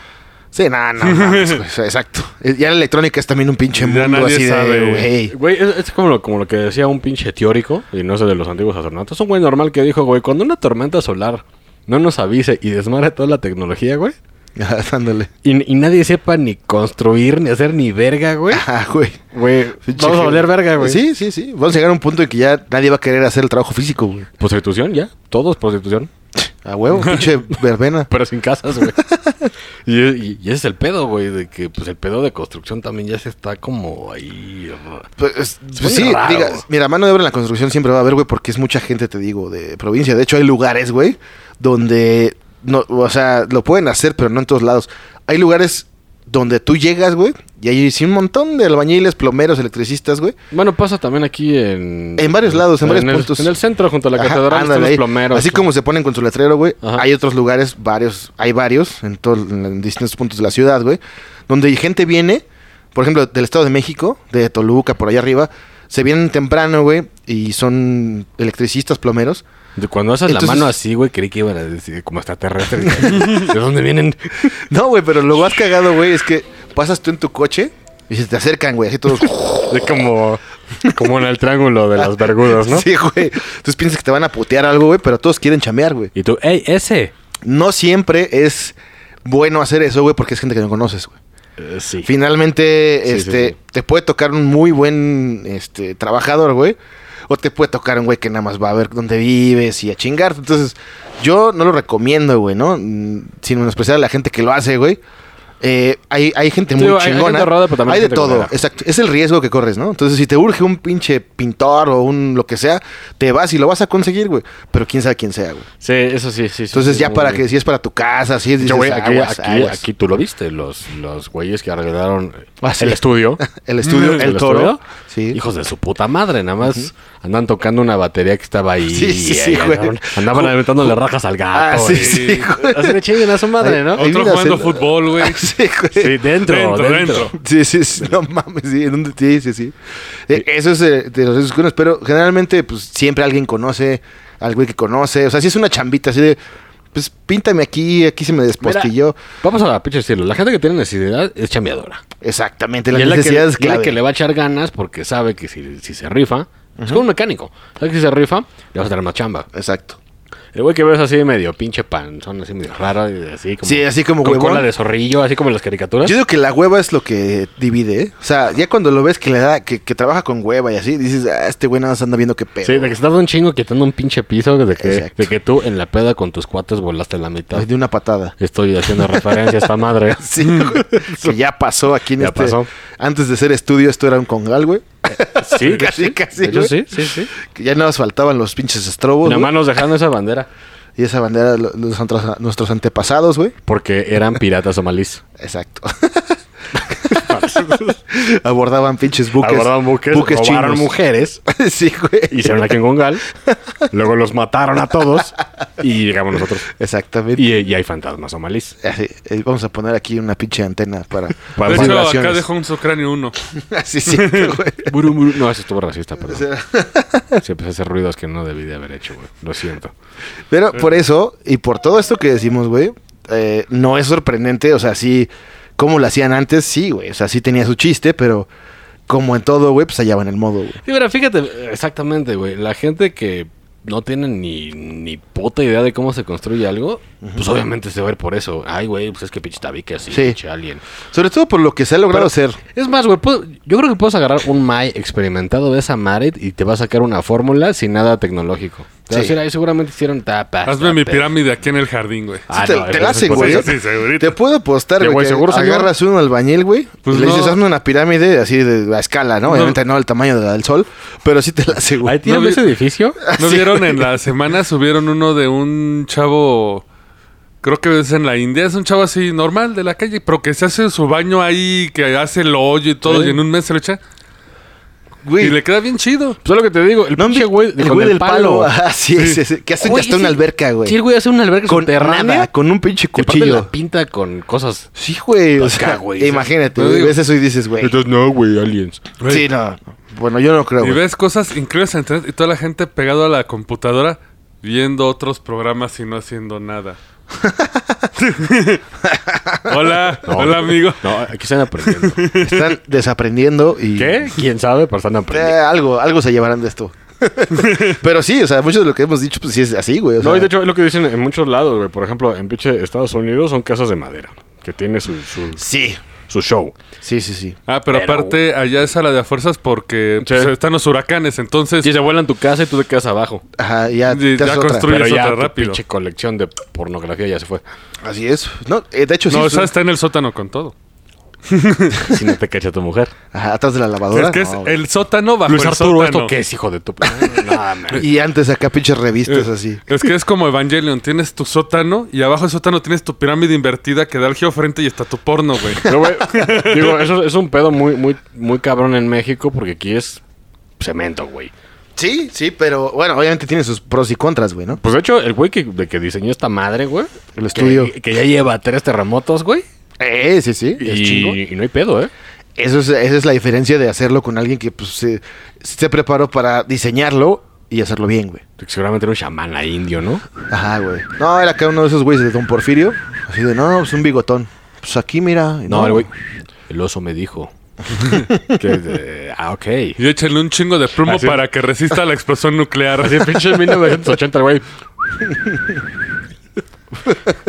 Sí, no, no, mames, güey, exacto. Eh, Ya la electrónica es también un pinche Ya mundo nadie así de, sabe. güey. Güey, es, es como, lo, como lo que decía un pinche teórico, y no sé de los antiguos astronautas, un güey normal que dijo, güey, cuando una tormenta solar no nos avise y desmare toda la tecnología, güey, Ándale. y, y nadie sepa ni construir, ni hacer ni verga, güey, Ajá, güey. güey, vamos a valer verga, güey. Sí, sí, sí. Vamos a llegar a un punto en que ya nadie va a querer hacer el trabajo físico, güey. Prostitución, ya, todos prostitución, A huevo, pinche verbena. pero sin casas, güey. y, y- y ese es el pedo, güey, de que pues el pedo de construcción también ya se está como ahí... ah. Pues, es- pues muy sí, raro. diga, mira, mano de obra en la construcción siempre va a haber, güey, porque es mucha gente, te digo, de provincia. De hecho, hay lugares, güey, donde no, o sea, lo pueden hacer, pero no en todos lados. Hay lugares donde tú llegas, güey, y hay sí, un montón de albañiles, plomeros, electricistas, güey. Bueno, pasa también aquí en... En varios lados, en varios el- puntos. En el centro, junto a Pues la Ajá, catedral, están ándale, los ahí. plomeros. Así como se ponen con su letrero, güey. Ajá. Hay otros lugares, varios, hay varios en, todo- en distintos puntos de la ciudad, güey. Donde gente viene, por ejemplo, del Estado de México, de Toluca, por allá arriba. Se vienen temprano, güey, y son electricistas, plomeros. De Cuando haces la Entonces- mano así, güey, creí que iban a decir como extraterrestre. ¿De dónde vienen? No, güey, pero lo más cagado, güey, es que pasas tú en tu coche y se te acercan, güey, así todos. Es como, como en el triángulo de las vergudas, ¿no? Sí, güey. Entonces piensas que te van a putear algo, güey, pero todos quieren chamear, güey. Y tú, ¡ey, ese! No siempre es bueno hacer eso, güey, porque es gente que no conoces, güey. Eh, sí. Finalmente, Sí, sí, este, sí. te puede tocar un muy buen este, trabajador, güey. O te puede tocar un güey que nada más va a ver dónde vives y a chingarte. Entonces, yo no lo recomiendo, güey, ¿no? Mm, Sin menospreciar a la gente que lo hace, güey. Eh, hay, hay gente Sí, muy hay- hay chingona. gente rara, pero también Hay hay de gente todo, culera. exacto. Es el riesgo que corres, ¿no? Entonces, si te urge un pinche pintor o un lo que sea, te vas y lo vas a conseguir, güey. Pero quién sabe quién sea, güey. Sí, eso sí, sí. sí, Entonces, sí, ya muy para bien. que si es para tu casa, si es Yo, güey, aquí, aguas, aquí, aguas. aquí tú lo viste, los, los güeyes que arreglaron Ah, sí. el estudio. El estudio, el, toro. estudio, Sí. Hijos de su puta madre, nada más andan tocando una batería que estaba ahí. Sí, sí, y sí, ahí güey. andaban- Andaban aventándole rajas al Ah, gato. sí, y- sí, güey. Así le chinguen a su madre, ¿no? Ay, Otro mira, jugando se- fútbol, güey. Sí, Sí, güey. dentro, Dentro, dentro. dentro. Sí, sí, sí, no mames, sí, ¿en dónde? Sí, sí, sí. Eh, eso es eh, de los riesgos que uno- pero generalmente, pues, siempre alguien conoce, al güey que conoce, o sea, si es una chambita así de, pues, píntame aquí, aquí se me despostilló. Vamos a la pinche cielo. La gente que tiene necesidad es chambeadora. Exactamente, Y las es la que, necesidades y es la clave. que le va a echar ganas porque sabe que si, si se rifa, es como un mecánico. Sabe que si se rifa, le vas a traer más chamba. Exacto. El güey que ves así medio pinche panzón, así medio raro, y así como. Sí, así como con huevón. cola de zorrillo, así como en las caricaturas. Yo digo que la hueva es lo que divide, ¿eh? O sea, ya cuando lo ves que le da, que, que trabaja con hueva y así, dices, ah, este güey nada más anda viendo qué pedo. Sí, de que se tarda un chingo quitando un pinche piso, de que, Exacto. de que tú en la peda con tus cuates volaste la mitad. Ay, De una patada. Estoy haciendo referencia a esta madre. Sí, güey. que ya pasó aquí en Ya este- pasó. Antes de ser estudio, esto era un congal, güey. Sí, Casi, sí. casi, De hecho, güey. sí, sí, sí. Que ya nos faltaban los pinches estrobos. Nada güey. más nos dejando esa bandera. Y esa bandera, lo- los antros- nuestros antepasados, güey. Porque eran piratas somalíes. Exacto. Abordaban pinches buques. Abordaron buques, robaron chinos. mujeres, sí, güey. hicieron aquí en Gongal, luego los mataron a todos y llegamos nosotros. Exactamente. Y, y hay fantasmas somalíes. Así, eh, vamos a poner aquí una pinche antena para, Para De las hecho, acá vibraciones. dejó un socráneo uno. Así siempre, güey. Buru, buru. No, eso estuvo racista, O perdón. sea, Sí, empecé a hacer ruidos que no debí de haber hecho, güey. Lo siento. Pero por eso y por todo esto que decimos, güey, eh, no es sorprendente. O sea, sí, como lo hacían antes, sí, güey. O sea, sí tenía su chiste, pero como en todo, güey, pues allá va en el modo, güey. Sí, mira, fíjate, exactamente, güey. La gente que no tiene ni, ni puta idea de cómo se construye algo, pues obviamente se va a ir por eso. Ay, güey, pues es que pinche tabique así, Sí. pinche alien. Sobre todo por lo que se ha logrado hacer. Es más, güey, puedo- yo creo que puedes agarrar un Mai experimentado de esa Marit y te va a sacar una fórmula sin nada tecnológico. Te va a Sí. decir, ahí seguramente hicieron tapas. Hazme mi tapas". pirámide aquí en el jardín, güey. Ah, Sí, te, no, te eso la es hacen, güey. imposible. ¿eh? Sí, segurito. Te puedo apostar, Sí, güey. güey, que seguro, señor. agarras un albañil, güey. Pues y le dices, no. hazme una pirámide así de la escala, ¿no? Obviamente no el tamaño de la del sol, pero sí te la hace, Ahí güey. tienen No vi- ese edificio. ¿No vieron en la semana? Subieron uno de un chavo. Creo que es en la India. Es un chavo así normal de la calle, pero que se hace su baño ahí, que hace el hoyo y todo, Sí. y en un mes se lo echa. Güey, Y le queda bien chido. Pues es lo que te digo, el ¿no han pinche visto güey el con güey el del palo. palo. Ajá, Ah, sí, sí, sí. Que hacen Güey, hasta una ese- alberca, Sí, el güey. güey hace una alberca Con subterránea. nada, con un pinche y aparte cuchillo. la pinta con cosas. Sí, güey. O Acá, sea, güey, imagínate, no güey, digo- ves eso y dices, güey. no, güey, aliens. güey. Sí, no. Bueno, yo no creo, Y güey. ves cosas increíbles en internet y toda la gente pegado a la computadora viendo otros programas y no haciendo nada. hola, hola amigo. No, aquí están aprendiendo. Están desaprendiendo y... ¿Qué? ¿Quién sabe? Pero están Eh, aprendiendo. algo, algo se llevarán de esto. pero sí, o sea, mucho de lo que hemos dicho, pues sí es así, güey. o no, sea, y de hecho es lo que dicen en muchos lados, güey. Por ejemplo, en pinche Estados Unidos son casas de madera. Que tiene su, su, Sí, su show. sí, sí, sí. Ah, pero, Pero- aparte allá es a la de a fuerzas porque Sí. pues, están los huracanes, entonces Si se vuelan tu casa y tú te quedas abajo. Ajá, ya, Y te ya haces otra. construye- Pero es ya otra tu rápido. pinche colección de pornografía ya se fue. Así es. No, eh, de hecho, Pues no, sí. o sea, está en el sótano con todo. si no te cacha tu mujer. Ajá, atrás de la lavadora. Es que es No, güey. el sótano bajo Ah, Luis el Arturo, sótano. Eh, ¿esto qué es, hijo de tu... Nada, man. Y antes acá pinches Eh. revistas así. Es que es como Evangelion, tienes tu sótano y abajo del sótano tienes tu pirámide invertida que da al geofrente y está tu porno, güey. Pero, güey, digo, eso es un pedo muy, muy, muy cabrón en México porque aquí es cemento, güey. Sí, sí, pero bueno, obviamente tiene sus pros y contras, güey, ¿no? Pues de hecho, el güey que, de que diseñó esta madre, güey. El estudio. Que, que ya lleva tres terremotos, güey. Eh, sí, sí. Es chingo. Y, y no hay pedo, ¿eh? Eso es, esa es la diferencia de hacerlo con alguien que pues, se, se preparó para diseñarlo y hacerlo bien, güey. Seguramente era un chamán ahí indio, ¿no? Ajá, güey. No, era acá uno de esos güeyes de Don Porfirio. Así de, no, pues un bigotón. Pues aquí, mira. No, el güey. El oso me dijo. que, eh, ah, ok. Y échale un chingo de plomo Así es. para que resista la explosión nuclear. Así, pinche 1980, güey.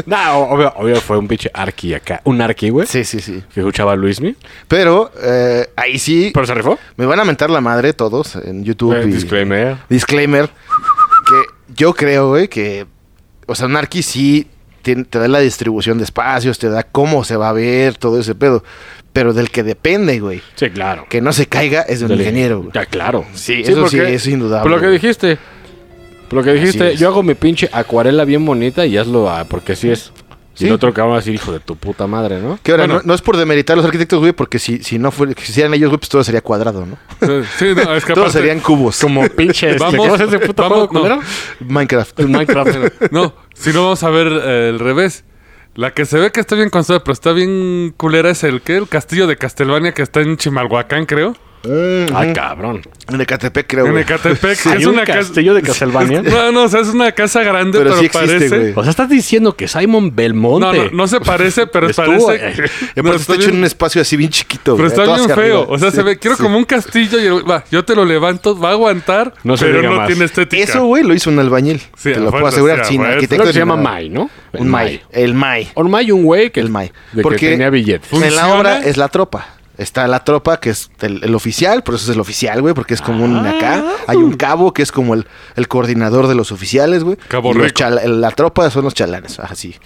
no, obvio, obvio fue un pinche arqui acá. Un arqui, güey. Sí, sí, sí. Que escuchaba a Luismi. Pero eh, ahí sí. Pero se rifó. Me van a mentar la madre todos en YouTube. Eh, y- disclaimer. disclaimer. Que yo creo, güey, que. O sea, Narki sí te, te da la distribución de espacios, te da cómo se va a ver, todo ese pedo. Pero del que depende, güey. Sí, claro. Que no se caiga es de un Del- ingeniero, güey. Ya, claro. Sí, eso sí, es indudable, Por lo que güey. dijiste. Por lo que dijiste, es. yo hago mi pinche acuarela bien bonita y hazlo ah, porque así es. Y Sí. el otro cabrón va a decir, hijo de tu puta madre, ¿no? Que ahora, Bueno. no, no es por demeritar a los arquitectos, güey, porque si, si no fuera, que si hicieran ellos, güey, pues todo sería cuadrado, ¿no? Eh, Sí, no, es que Todos aparte- serían cubos. Como Pinche, este, Vamos, ¿cómo se hace ese puto vamos, juego, culero? no. Minecraft. El Minecraft. No, si no vamos a ver eh, el revés. La que se ve que está bien construida, pero está bien culera es el que el castillo de Castelvania que está en Chimalhuacán, creo. Ay, cabrón. En Ecatepec, creo, En güey. Ecatepec. ¿Hay un cas- castillo de Castlevania? No, no, o sea, es una casa grande, Pero pero, sí existe, güey. parece. O sea, estás diciendo que Simon No, Belmonte. no, no se parece, pero Estuvo- eh, parece. Y No, aparte está hecho en un espacio así bien chiquito, Pero güey, está todo bien hacia feo. arriba. O sea, Sí, se ve, quiero sí. como un castillo y el- va, yo te lo levanto, va a aguantar, No se pero diga no más. tiene estética. Eso, güey, lo hizo un albañil. Sí, Te lo a puedo fuerza, asegurar. sí, a sin fuerza. arquitecto. Creo que se ni llama nada. Mai, ¿no? El Un May. El May. Un May, un güey que, El May. de que Porque tenía billetes. En la Funciona. obra es la tropa. Está la tropa, que es el, el oficial, por eso es el oficial, güey, porque es como un Ah. acá. Hay un cabo que es como el, el coordinador de los oficiales, güey. Cabo Y los rico. chala- la tropa son los chalanes, así.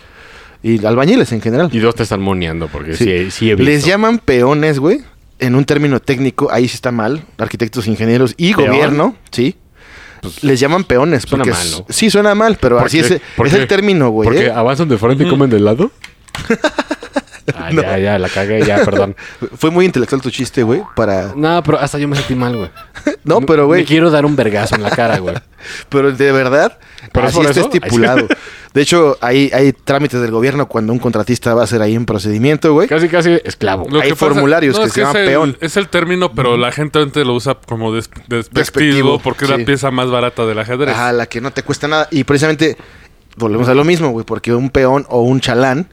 Y albañiles en general. Y dos te están moneando porque sí, Sí. sí, he visto. Les llaman peones, güey. En un término técnico, ahí sí está mal. Arquitectos, ingenieros y ¿Peón? Pues, gobierno, sí. Les llaman peones. Suena porque mal, es- ¿no? Sí, suena mal, pero así es, ¿Por es qué? el término, güey. Porque ¿eh? avanzan de frente y comen de lado. Ah, ya, ya, la cagué, ya, perdón. Fue muy intelectual tu chiste, güey. Para... No, pero hasta yo me sentí mal, güey. No, pero, Me güey, quiero dar un vergazo en la cara, güey. pero de verdad, ¿Pero es así por está eso? estipulado. De hecho, hay, hay trámites del gobierno cuando un contratista va a hacer ahí un procedimiento, güey. Casi, casi esclavo. Lo Hay que pasa- formularios que es se llaman es el, peón. Es el término, pero la gente antes lo usa como des- despectivo, Despectivo, porque es sí. Ah, la pieza más barata del ajedrez. Ajá, la que no te cuesta nada. Y precisamente volvemos a lo mismo, güey, porque un peón o un chalán,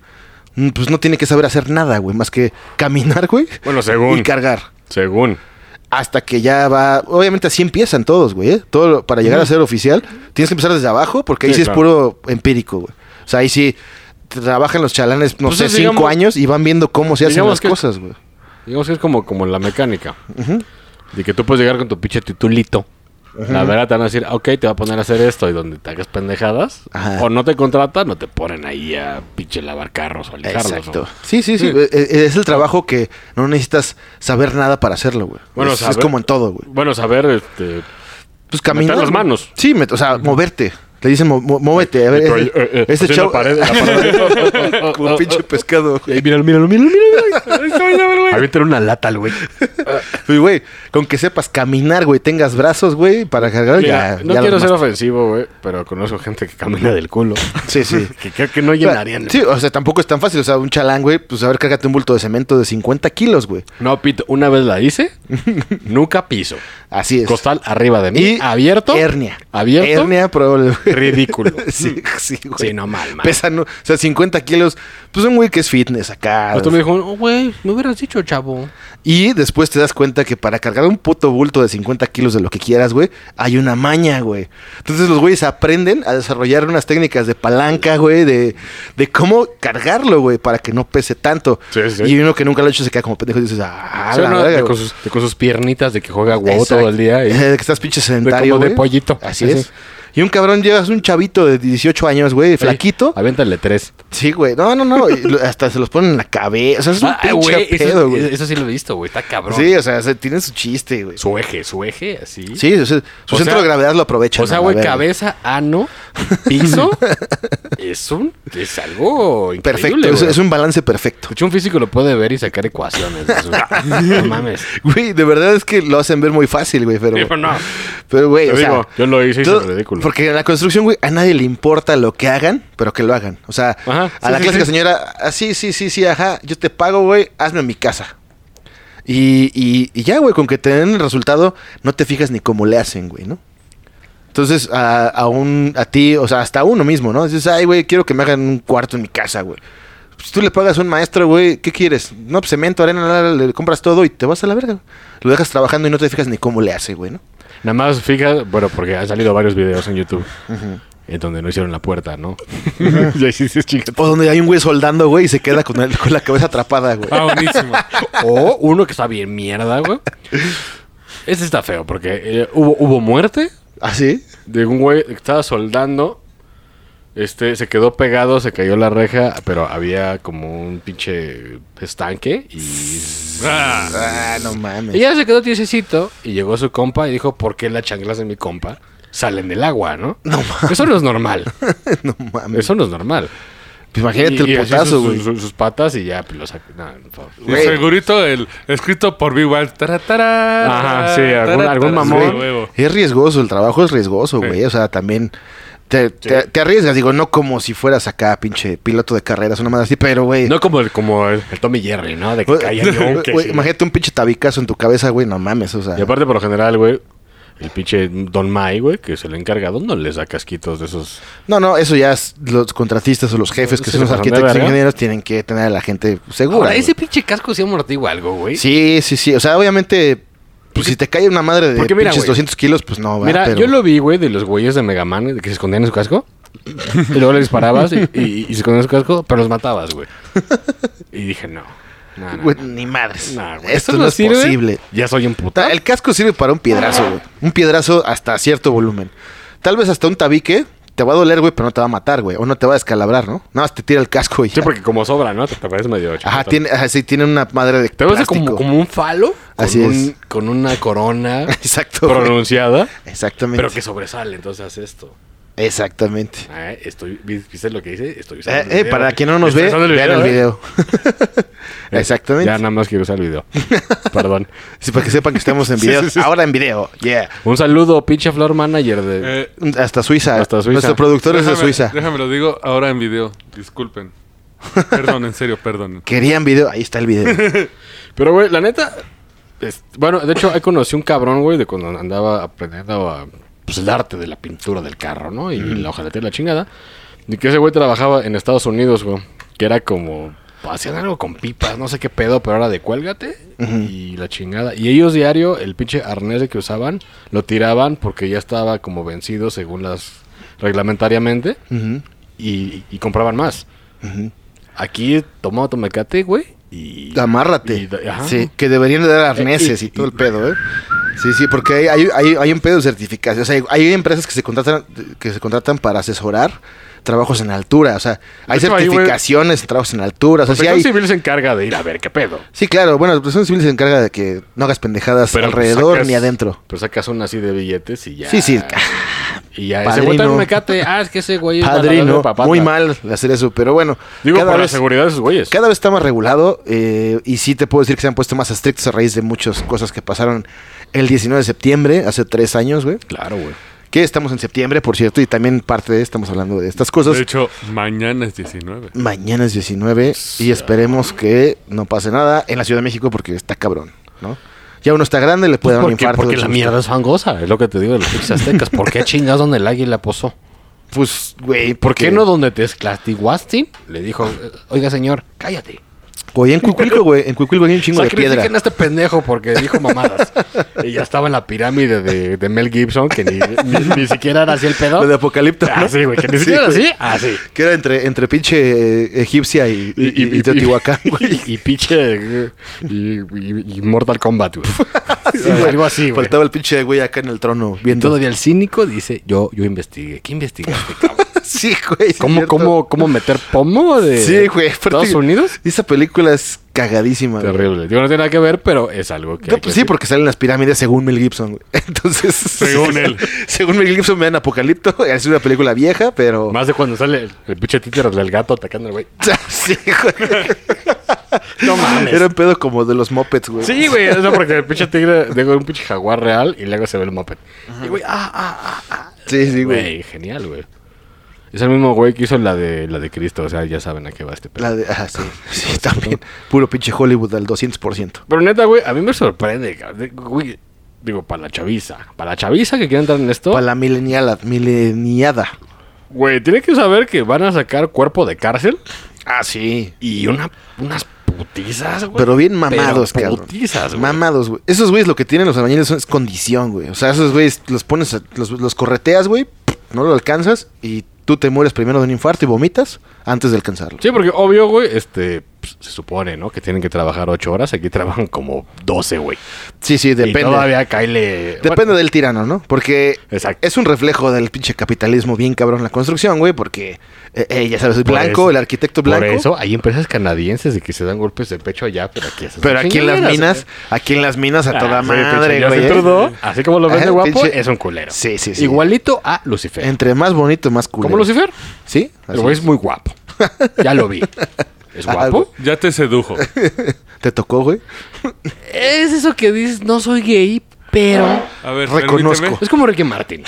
mm, pues no tiene que saber hacer nada, güey, más que caminar, güey. Bueno, según. Y cargar. Según. Hasta que ya va. Obviamente así empiezan todos, güey. ¿eh? Todo lo- para llegar a ser oficial, tienes que empezar desde abajo, porque ahí Sí, sí, es puro claro. empírico, güey. O sea, ahí sí trabajan los chalanes, no Pues sé, es, cinco digamos- años y van viendo cómo se hacen digamos las que- cosas, güey. Digamos que es como, como la mecánica. De que tú puedes llegar con tu pinche titulito. La verdad te van a decir, ok, te va a poner a hacer esto y donde te hagas pendejadas. Ajá. O no te contratan, no te ponen ahí a pinche lavar carros o lijarlos. ¿no? Exacto. Sí, sí, sí. eh, eh, Es el trabajo que no necesitas saber nada para hacerlo, güey. Bueno, es, es saber- como en todo, güey. Bueno, saber, este... Pues caminar. Meter las manos. Sí, met- o sea, moverte. Le dicen, mo- mo- muévete. A ver, Pero, ese- eh, eh, ese haciendo chavo. pared, Ah, la pared. como pinche pescado. Ey, míralo, míralo, míralo, míralo. Ahí está, ya, güey. Ahí tiene una lata al güey. Y, Pues, güey, con que sepas caminar, güey, tengas brazos, güey, para cargar. Mira, ya, no ya lo quiero ser demás- ofensivo, güey, pero conozco gente que camina del culo. Sí, sí. Que creo que no llenarían. Sí, o sea, tampoco es tan fácil. O sea, un chalán, güey, pues a ver, cárgate un bulto de cemento de 50 kilos, güey. No, Pito, una vez la hice, nunca piso. Así es. Costal arriba de mí, abierto. Hernia. Abierto. Hernia, probable. güey. Ridículo. Mm. sí, sí, güey. Sí, no, mal, mal. Pesa, no- o sea, 50 kilos. Pues un güey que es fitness acá. Hasta me dijo, "Oh, güey, me hubieras dicho, chavo. Y después te das cuenta que para cargar un puto bulto de 50 kilos de lo que quieras, güey, hay una maña, güey. Entonces los güeyes aprenden a desarrollar unas técnicas de palanca, güey, de, de cómo cargarlo, güey, para que no pese tanto. Sí, sí. Y uno que nunca lo ha hecho se queda como pendejo y dices, ah, Sí, la no, verga, de güey". con, sus, de con sus piernitas de que juega huevo Exacto. todo el día. y- Eh, que estás pinche sedentario, como de güey. pollito. Así Así. es. Y Y un cabrón llevas un chavito de 18 años, güey, flaquito. Avéntale tres. Sí, güey. No, no, no. y lo- hasta se los ponen en la cabeza. O sea, es un Ah, pinche güey, eso- pedo, güey. Eso, sí lo he visto, güey. Está cabrón. Sí, o sea, se tiene su chiste, güey. Su eje, su eje, así. Sí, o sea, su O centro sea- de gravedad lo aprovecha. O sea, ¿no? güey, La verga. cabeza, ano, piso. es un. Es algo increíble. Perfecto, es, güey. es un balance perfecto. Escuché, un físico lo puede ver y sacar ecuaciones. de eso. no mames. Güey, de verdad es que lo hacen ver muy fácil, güey, pero... Sí, pero no. Pero, güey, Te o sea, digo, yo lo hice y todo- es ridículo. Porque en la construcción, güey, a nadie le importa lo que hagan, pero que lo hagan. O sea, Ajá, a sí, la sí, clásica sí. señora, ah, sí, sí, sí, sí, ajá, yo te pago, güey, hazme mi casa. Y, y- y ya, güey, con que te den el resultado, no te fijas ni cómo le hacen, güey, ¿no? Entonces, a, a un, a ti, o sea, hasta a uno mismo, ¿no? Dices, ay, güey, quiero que me hagan un cuarto en mi casa, güey. Pues tú le pagas a un maestro, güey, ¿qué quieres? No, pues, cemento, arena, la, la, la, le compras todo y te vas a la verga. Lo dejas trabajando y no te fijas ni cómo le hace, güey, ¿no? Nada más fija, bueno, porque han salido varios videos en YouTube en donde no hicieron la puerta, ¿no? y ahí sí dices, chinga. O Pues, donde hay un güey soldando, güey, y se queda con, el- con la cabeza atrapada, güey. Ah, buenísimo. O uno que está bien mierda, güey. Ese está feo porque eh, hubo, hubo muerte ¿Ah, sí? de un güey que estaba soldando. Este, se quedó pegado, se cayó la reja, pero había como un pinche estanque y... Ah, Ah, no Y mames. ya se quedó tiesecito y llegó su compa y dijo, ¿por qué las chanclas de mi compa salen del agua, no? Eso no es normal. No mames. Eso no es normal. Pues Imagínate Y- y el así putazo, sus- güey. Sus, sus patas y ya, pues, lo saca. no, no, por favor. y segurito el escrito por B. Wild. Tara, tara, Ajá, sí, algún- tara, algún tara, mamón. sí, huevo. Es riesgoso, el trabajo es riesgoso, Sí. güey. O sea, también te, te- te arriesgas, digo, no como si fueras acá, pinche piloto de carreras, una madre así, pero, güey. No como el, como el, el Tommy Jerry, ¿no? De que güey, caía güey, yonques güey, y- imagínate un pinche tabicazo en tu cabeza, güey, no mames, o sea. Y aparte, por lo general, güey, el pinche Don Mai, güey, que es el encargado, no le da casquitos de esos. No, no, eso ya es- los contratistas o los jefes que Pues Sí, son los se pasan de arquitectos e verga. ingenieros tienen que tener a la gente segura. Ahora, güey. ese pinche casco sí amortigua algo, güey. Sí, sí, sí. O sea, obviamente, pues si te cae una madre de porque mira, pinches güey. 200 kilos, pues no, va, Mira, pero... yo lo vi, güey, de los güeyes de Mega Man de que se escondían en su casco. y luego le disparabas y, y- y se escondían en su casco, pero los matabas, güey. Y dije, no. No, no, Güey, no. ni madres. No, güey, Esto no es sirve. posible. Ya soy un puta. Ta- El casco sirve para un piedrazo, güey. Un piedrazo hasta cierto volumen. Tal vez hasta un tabique te va a doler, güey, pero no te va a matar, güey. O no te va a descalabrar, ¿no? Nada más te tira el casco y Sí, ya. porque como sobra, ¿no? Te, te parece medio Ajá, chingotón. tiene, ajá, sí, tiene una madre de Te parece como, plástico. como un falo. Con Así un- es. Con una corona Exacto, güey. pronunciada, Exactamente. pero que sobresale. Entonces haz esto. Exactamente. Ah, estoy, ¿Viste lo que hice? Estoy usando Eh, el eh, video. para quien no nos Estoy ve, usando vean el ¿eh? video. Exactamente. Ya nada más quiero usar el video. Perdón. Sí, para que sepan que estamos en Sí, video. sí, sí. Ahora en video. Yeah. Un saludo, pinche floor manager de... Eh, Hasta Suiza. Hasta Suiza. Nuestro productor es de déjame- Suiza. Déjame lo digo ahora en video. Disculpen. Perdón, en serio, perdón. Querían video. Ahí está el video. Pero, güey, la neta. es- bueno, de hecho, ahí conocí un cabrón, güey, de cuando andaba aprendiendo a, pues, el arte de la pintura del carro, ¿no? Y la hojalatería y la chingada. Y que ese güey trabajaba en Estados Unidos, güey. Que era como. Hacían algo con pipas, no sé qué pedo, pero era de cuélgate y la chingada. Y ellos diario, el pinche arnés de que usaban, lo tiraban porque ya estaba como vencido según las reglamentariamente Ujú, y, y compraban más. ujú. Aquí tomaba tomacate, güey, y... Amárrate. y da- ajá. Sí, que deberían de dar arneses Eh, y, y- todo el pedo, ¿eh? Sí, sí, porque hay, hay, hay- hay un pedo de certificación. O sea, hay, hay empresas que se contratan que se contratan para asesorar trabajos en altura. O sea, hay De hecho, ahí, güey, certificaciones, de trabajos en altura. O sea, Pues sí, Pues Protección hay- Civil se encarga de ir a ver qué pedo. sí, claro. Bueno, la protección civil se encarga de que no hagas pendejadas Pero alrededor sacas- ni adentro. Pero sacas una así de billetes y ya. Ah, Sí, sí. Y ya. Padrino. Ese güey también me cate. Ah, es que ese güey es matador Padrino, de papatas. muy mal hacer eso, pero bueno. Digo, cada por la vez- seguridad de esos güeyes. Cada vez está más regulado eh, y sí te puedo decir que se han puesto más estrictos a raíz de muchas cosas que pasaron el 19 de septiembre, hace tres años, güey. Claro, güey. Que estamos en septiembre, por cierto, y también parte de estamos hablando de estas cosas. De hecho, mañana es 19. Mañana es 19 y esperemos que no pase nada en la Ciudad de México porque está cabrón, ¿no? Ya uno está grande, le puede dar un Pues Porque, infarto. porque del la susto. mierda es fangosa. Es lo que te digo de los pinches aztecas. ¿Por qué chingas donde el águila posó? Pues, güey, ¿Por qué porque- no donde te esclastiguaste? Le dijo, eh, oiga, señor, cállate. Güey, en Cuicuilco, güey. En Cuicuilco hay un chingo de Sacrifiquen piedra. a este pendejo porque dijo mamadas. y ya estaba en la pirámide de, de Mel Gibson, que ni, ni- ni siquiera era así el pedo. Lo de Apocalipto. ¿no? Así, güey, que ni Sí, siquiera era güey. así. Ah, Así. Que era entre, entre pinche eh, egipcia y, y, y- y Teotihuacán, güey. Y, y pinche. eh, Y, y- y Mortal Kombat, güey. Sí, güey. Algo así, güey. Faltaba el pinche güey acá en el trono Y viendo. todavía el cínico dice: Yo, yo investigué. ¿Qué investigaste, cabrón? Sí, güey. sí, ¿Cómo, cierto. cómo, ¿Cómo meter pomo de Sí, güey. Estados aparte, Unidos? Esa película es cagadísima. güey. Terrible. Digo, no tiene nada que ver, pero es algo que. No, hay que pues sí, decir. porque salen las pirámides según Mel Gibson. güey. Entonces. Según él. Según Mel Gibson me dan Apocalipto. Es una película vieja, pero. Más de cuando sale el, el pinche títere del gato atacando al güey. sí, güey. No mames. Era un pedo como de los mopeds, güey. Sí, güey, es porque el pinche tigre, digo, un pinche jaguar real y luego se ve el moped. Y güey, ah, ah, ah, ah. Sí, sí, güey. Güey, genial, güey. Es el mismo güey que hizo la de la de Cristo, o sea, ya saben a qué va este pedo. La de, ah, sí, sí, también. Puro pinche Hollywood al 200%. Pero neta, güey, a mí me sorprende, cabrón. güey. Digo, para la chaviza, para la chaviza que quiera entrar en esto, Para la mileniala, mileniada. güey, tiene que saber que van a sacar cuerpo de cárcel Ah, sí. y una, unas putizas, güey. Pero bien mamados, Pero cabrón. Putizas, güey. Mamados, güey. Esos güeyes lo que tienen los albañiles son- es condición, güey. O sea, esos güeyes los pones, a- los, los correteas, güey. No lo alcanzas y tú te mueres primero de un infarto y vomitas antes de alcanzarlo. Sí, porque obvio, güey, este, pues, se supone, ¿no? Que tienen que trabajar ocho horas, aquí trabajan como 12, güey. Sí, sí, depende. Y todavía Kyle... Depende del tirano, ¿no? Porque Exacto. es un reflejo del pinche capitalismo bien cabrón la construcción, güey, porque eh, eh, ya sabes, el Por blanco, eso- el arquitecto Por blanco. eso hay empresas canadienses de que se dan golpes de pecho allá, pero aquí hacen Pero aquí en las chingaderas, minas, ¿eh? aquí en las minas a toda Ah, sí, madre, pinche Justin güey. ¿eh? Trudeau, así como lo ves Ajá, de guapo, pinche- es un culero. Sí, sí, sí. Igualito a Lucifer. Entre más bonito, más cool. ¿Cómo Lucifer? ¿Sí? El güey es muy guapo. Ya lo vi. ¿Es Ah, guapo? Ya te sedujo. ¿Te tocó, güey? Es eso que dices, no soy gay, pero... A ver, Reconozco. permíteme. Es como Ricky Martin.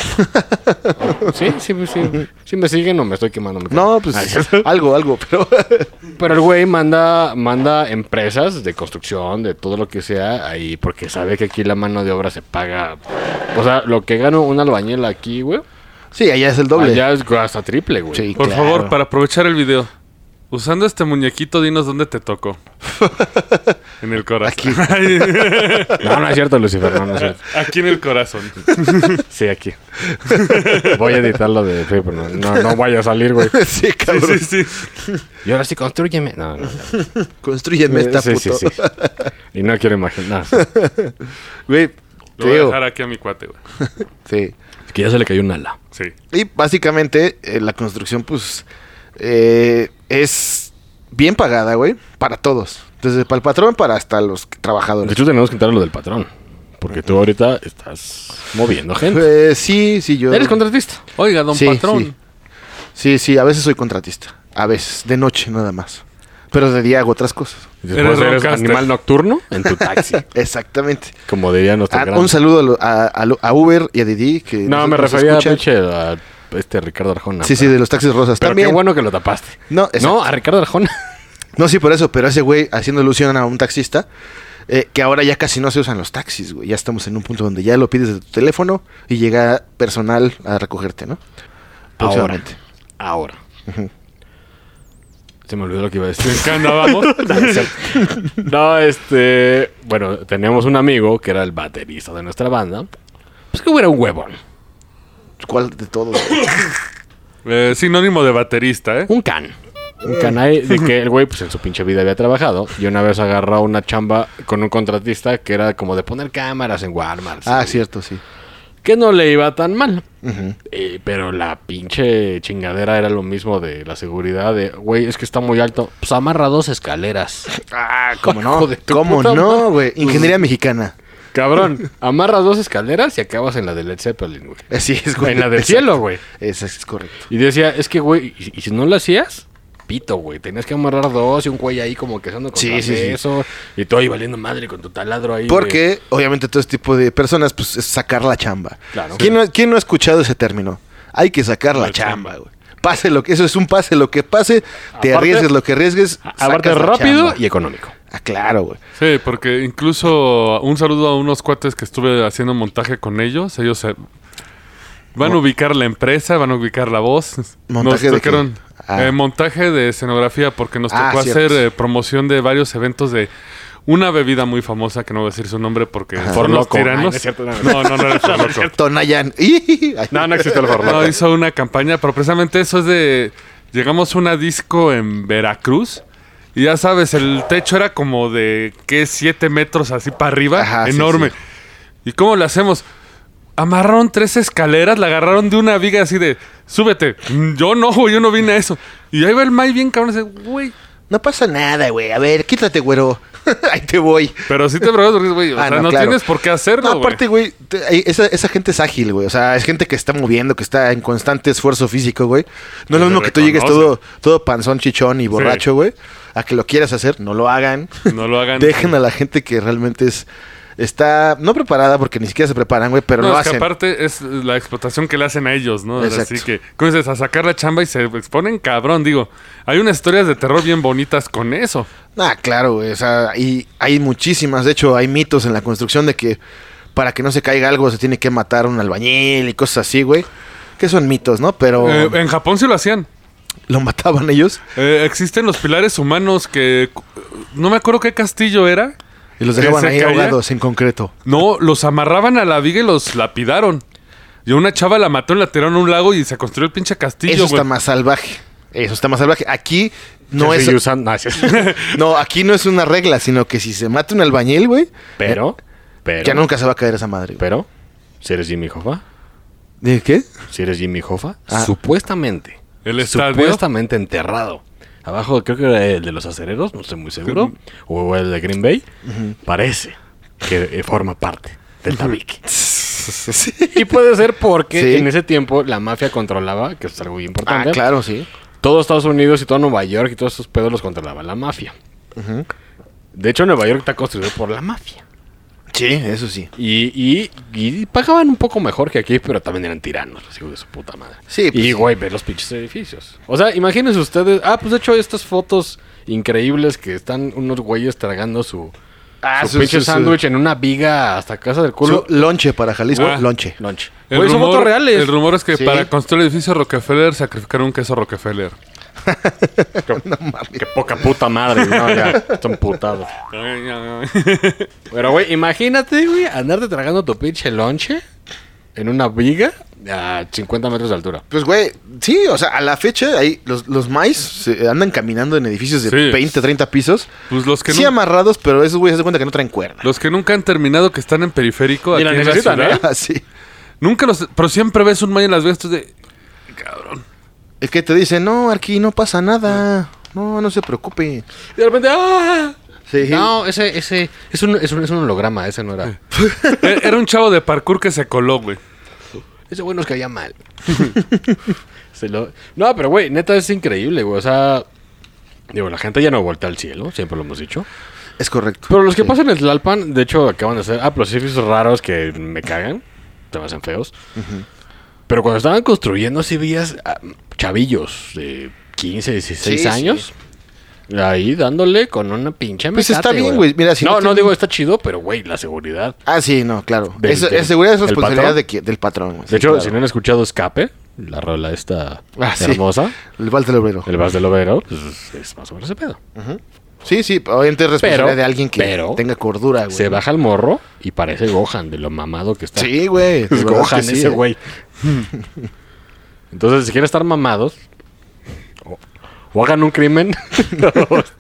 sí, sí, sí. Si me siguen, no me estoy quemando. me No, quemo. pues Ay, algo, algo, pero... Pero el güey manda, manda empresas de construcción, de todo lo que sea, ahí, porque sabe que aquí la mano de obra se paga. O sea, lo que gano un albañil aquí, güey, sí, allá es el doble. allá es hasta triple, güey. Sí, Por claro. favor, para aprovechar el video. Usando este muñequito, dinos dónde te tocó. en el corazón. Aquí. No, no es cierto, Lucifer, no, no es cierto. Aquí en el corazón. Sí, aquí. Voy a editarlo de sí, pero no, no, no vaya a salir, güey. sí, Sí, cabrón. sí, sí. Y ahora sí, construyeme. No, no. no. Constrúyeme esta Sí, puto. sí, sí. Y no quiero imaginar. Güey, te Lo voy a digo, dejar aquí a mi cuate, güey. sí. Es que ya se le cayó un ala. Sí. Y básicamente eh, la construcción, pues, eh, es bien pagada, güey, para todos. Desde para el patrón, para hasta los De trabajadores. hecho, tenemos que entrar a lo del patrón. Porque tú ahorita estás moviendo gente. Eh, sí, sí, yo... Eres contratista. Oiga, don Sí, patrón. sí. Sí, sí, a veces soy contratista. A veces, de noche nada más. Pero de día hago otras cosas. Y Después Eres eres rockcaster. animal nocturno en tu taxi. Exactamente. como dirían nuestros Ah, grandes. un saludo a, lo- a- a lo- a Uber y a Didi que No, nos- me nos refería a, escuchan. pinche, a este Ricardo Arjona. Sí, sí, de los taxis rosas Pero también. qué bueno que lo tapaste. No, exacto. No, a Ricardo Arjona. No, sí, por eso, pero ese güey haciendo alusión a un taxista, eh, que ahora ya casi no se usan los taxis, güey. Ya estamos en un punto donde ya lo pides de tu teléfono y llega personal a recogerte, ¿no? Ahora. Próximamente. Ahora. Se me olvidó lo que iba a decir. ¿En qué andábamos? No, este. Bueno, teníamos un amigo que era el baterista de nuestra banda. Pues que era un huevón. ¿Cuál de todos? güey? Eh, sinónimo de baterista, ¿eh? Un can. Un can ahí de que el güey, pues en su pinche vida había trabajado. Y una vez agarró una chamba con un contratista que era como de poner cámaras en Walmart. ah, sí. cierto, sí. Que no le iba tan mal. Ujú. Eh, pero la pinche chingadera era lo mismo de la seguridad de, güey, es que está muy alto. Pues amarra dos escaleras. Ah, ¿cómo Hijo no? de tu ¿Cómo puta madre. no, güey? Ingeniería mexicana. Cabrón, amarras dos escaleras y acabas en la de Led Zeppelin, güey. Así es, güey. En la del Exacto. cielo, güey. Esa es correcto. Y decía, es que, güey, y, y si no lo hacías, pito, güey. Tenías que amarrar dos y un güey ahí como que haciendo con Sí, sí, sí. eso. Y tú ahí valiendo madre con tu taladro ahí. güey. Porque, obviamente, todo este tipo de personas, pues, es sacar la chamba. Claro. ¿Quién, no, quién no ha escuchado ese término? Hay que sacar la, La chamba, chamba. güey. Pase lo que, eso es un pase lo que pase, te Aparte- arriesgues lo que arriesgues. A- Aparte sacas la rápido chamba. y económico. Ah, claro, güey. Sí, porque incluso un saludo a unos cuates que estuve haciendo montaje con ellos. Ellos eh, van a ubicar la empresa, van a ubicar la voz. Montaje de tocaron qué? Ah. Eh, montaje de escenografía, porque nos Ah, tocó cierto. hacer eh, promoción de varios eventos de una bebida muy famosa, que no voy a decir su nombre porque Ajá. son Por los loco. Ay, tiranos. no es cierto, no, no, no, no era Por Loco. Tonayan. Ay. No, no existe el formato. No, hizo una campaña, pero precisamente eso es de... Llegamos a una disco en Veracruz y ya sabes, el techo era como de, ¿qué? Siete metros así para arriba, Ajá, sí, enorme. sí. ¿Y cómo lo hacemos? Amarraron tres escaleras, la agarraron de una viga así de, súbete. Mm, Yo no, güey, yo no vine a eso. Y ahí va el May bien cabrón, y dice, güey. No pasa nada, güey. A ver, quítate, güero. Ahí te voy. Pero sí te preguntas, güey, o Ah, sea, no, claro. tienes por qué No, hacerlo, güey. aparte, güey, te- ahí- esa, esa gente es ágil, güey. O sea, es gente que está moviendo, que está en constante esfuerzo físico, güey. No es lo Que mismo se que tú llegues reconoce. todo, todo panzón, chichón y borracho, güey. A que lo quieras hacer, no lo hagan. No lo hagan. Dejen a la gente que realmente es está no preparada porque ni siquiera se preparan, güey, pero no, lo es que hacen. aparte es la explotación que le hacen a ellos, ¿no? Exacto. Así que, ¿cómo dices? A sacar la chamba y se exponen cabrón. Digo, hay unas historias de terror bien bonitas con eso. Ah, claro, güey. O sea, y hay muchísimas. De hecho, hay mitos en la construcción de que para que no se caiga algo se tiene que matar a un albañil y cosas así, güey. Que son mitos, ¿no? Pero Eh, en Japón sí lo hacían. lo mataban ellos Eh, existen los pilares humanos que... cu- No me acuerdo qué castillo era. y los ¿Que dejaban se ahí caía? ahogados en concreto. No, los amarraban a la viga y los lapidaron. Y una chava la mató y la tiraron a un lago y se construyó el pinche castillo, Eso está güey. más salvaje. Eso está más salvaje. Aquí no Que es sigue usando- no, es cierto. no, aquí no es una regla, sino que si se mata un albañil, güey, Pero, pero. ya nunca se va a caer esa madre. güey. Pero, si eres Jimmy Hoffa, ¿De qué? si eres Jimmy Hoffa, Ah. supuestamente. ¿El estadio? Supuestamente enterrado. Abajo, creo que era el de los acereros, no estoy muy seguro. O el de Green Bay. Parece que eh, forma parte del tabique. Y puede ser porque Sí. en ese tiempo la mafia controlaba, que eso es algo bien Ah, importante. claro, sí. Todo Estados Unidos y todo Nueva York y todos esos pedos los controlaba la mafia. De hecho, Nueva York está construido por la mafia. Sí, eso sí. Y, y, y pagaban un poco mejor que aquí, pero también eran tiranos, los hijos de su puta madre. Sí, pues sí. y güey, ver los pinches edificios. O sea, imagínense ustedes. Ah, pues de hecho, estas fotos increíbles que están unos güeyes tragando su, Ah, su pinche sándwich en una viga hasta casa del culo. Su lonche para Jalisco, Ah. lonche. Lunch. El Güey, son rumor- fotos reales. El rumor es que Sí. para construir el edificio Rockefeller sacrificaron un queso Rockefeller. Qué poca puta madre. No, ya, están putados. Pero, güey, imagínate, güey, andarte tragando tu pinche lonche en una viga a 50 metros de altura. Pues, güey, sí, o sea, a la fecha, ahí los, los maíz se andan caminando en edificios de Sí. 20, 30 pisos. Pues los que sí, no- amarrados, pero esos güeyes se dan cuenta que no traen cuerda. Los que nunca han terminado, que están en periférico, Ni aquí la en la necesitan, ciudad. Ah, sí. Nunca los. Pero siempre ves un mayo en las vegas tú de. Es que te dicen, no, aquí no pasa nada. No, no se preocupe. Y de repente, ¡ah! Sí. No, ese, ese, es un, es un, es un holograma, ese no era. E- Era un chavo de parkour que se coló, güey. Ese güey nos caía mal. Se lo- No, pero güey, neta es increíble, güey. O sea, digo, la gente ya no voltea al cielo, siempre lo hemos dicho. Es correcto. Pero los que Sí. pasan en Tlalpan, de hecho, acaban de hacer ah, los edificios raros que me cagan, se me hacen feos. Pero cuando estaban construyendo, sí veías ah, chavillos de 15, 16 Sí, años. Ahí dándole con una pinche Pues mecate, está bien, güey. Mira, si no, no no, tienen- digo, está chido, pero güey, la seguridad. Ah, sí, no, claro. Del- es, del- es seguridad es ¿del responsabilidad patrón? de qui- del patrón. güey. De Sí, hecho, claro. si no han escuchado Escape, la rola esta Ah, sí. hermosa, El vals del obrero. el vas del overo, pues, es más o menos ese pedo. Sí, sí, obviamente es responsabilidad Pero- de alguien que pero- tenga cordura, güey. Se baja el morro y parece Gohan de lo mamado que está. Sí, güey. de Es verdad que Gohan sí, ese eh. güey. Entonces, si quieren estar mamados, o, o hagan un crimen.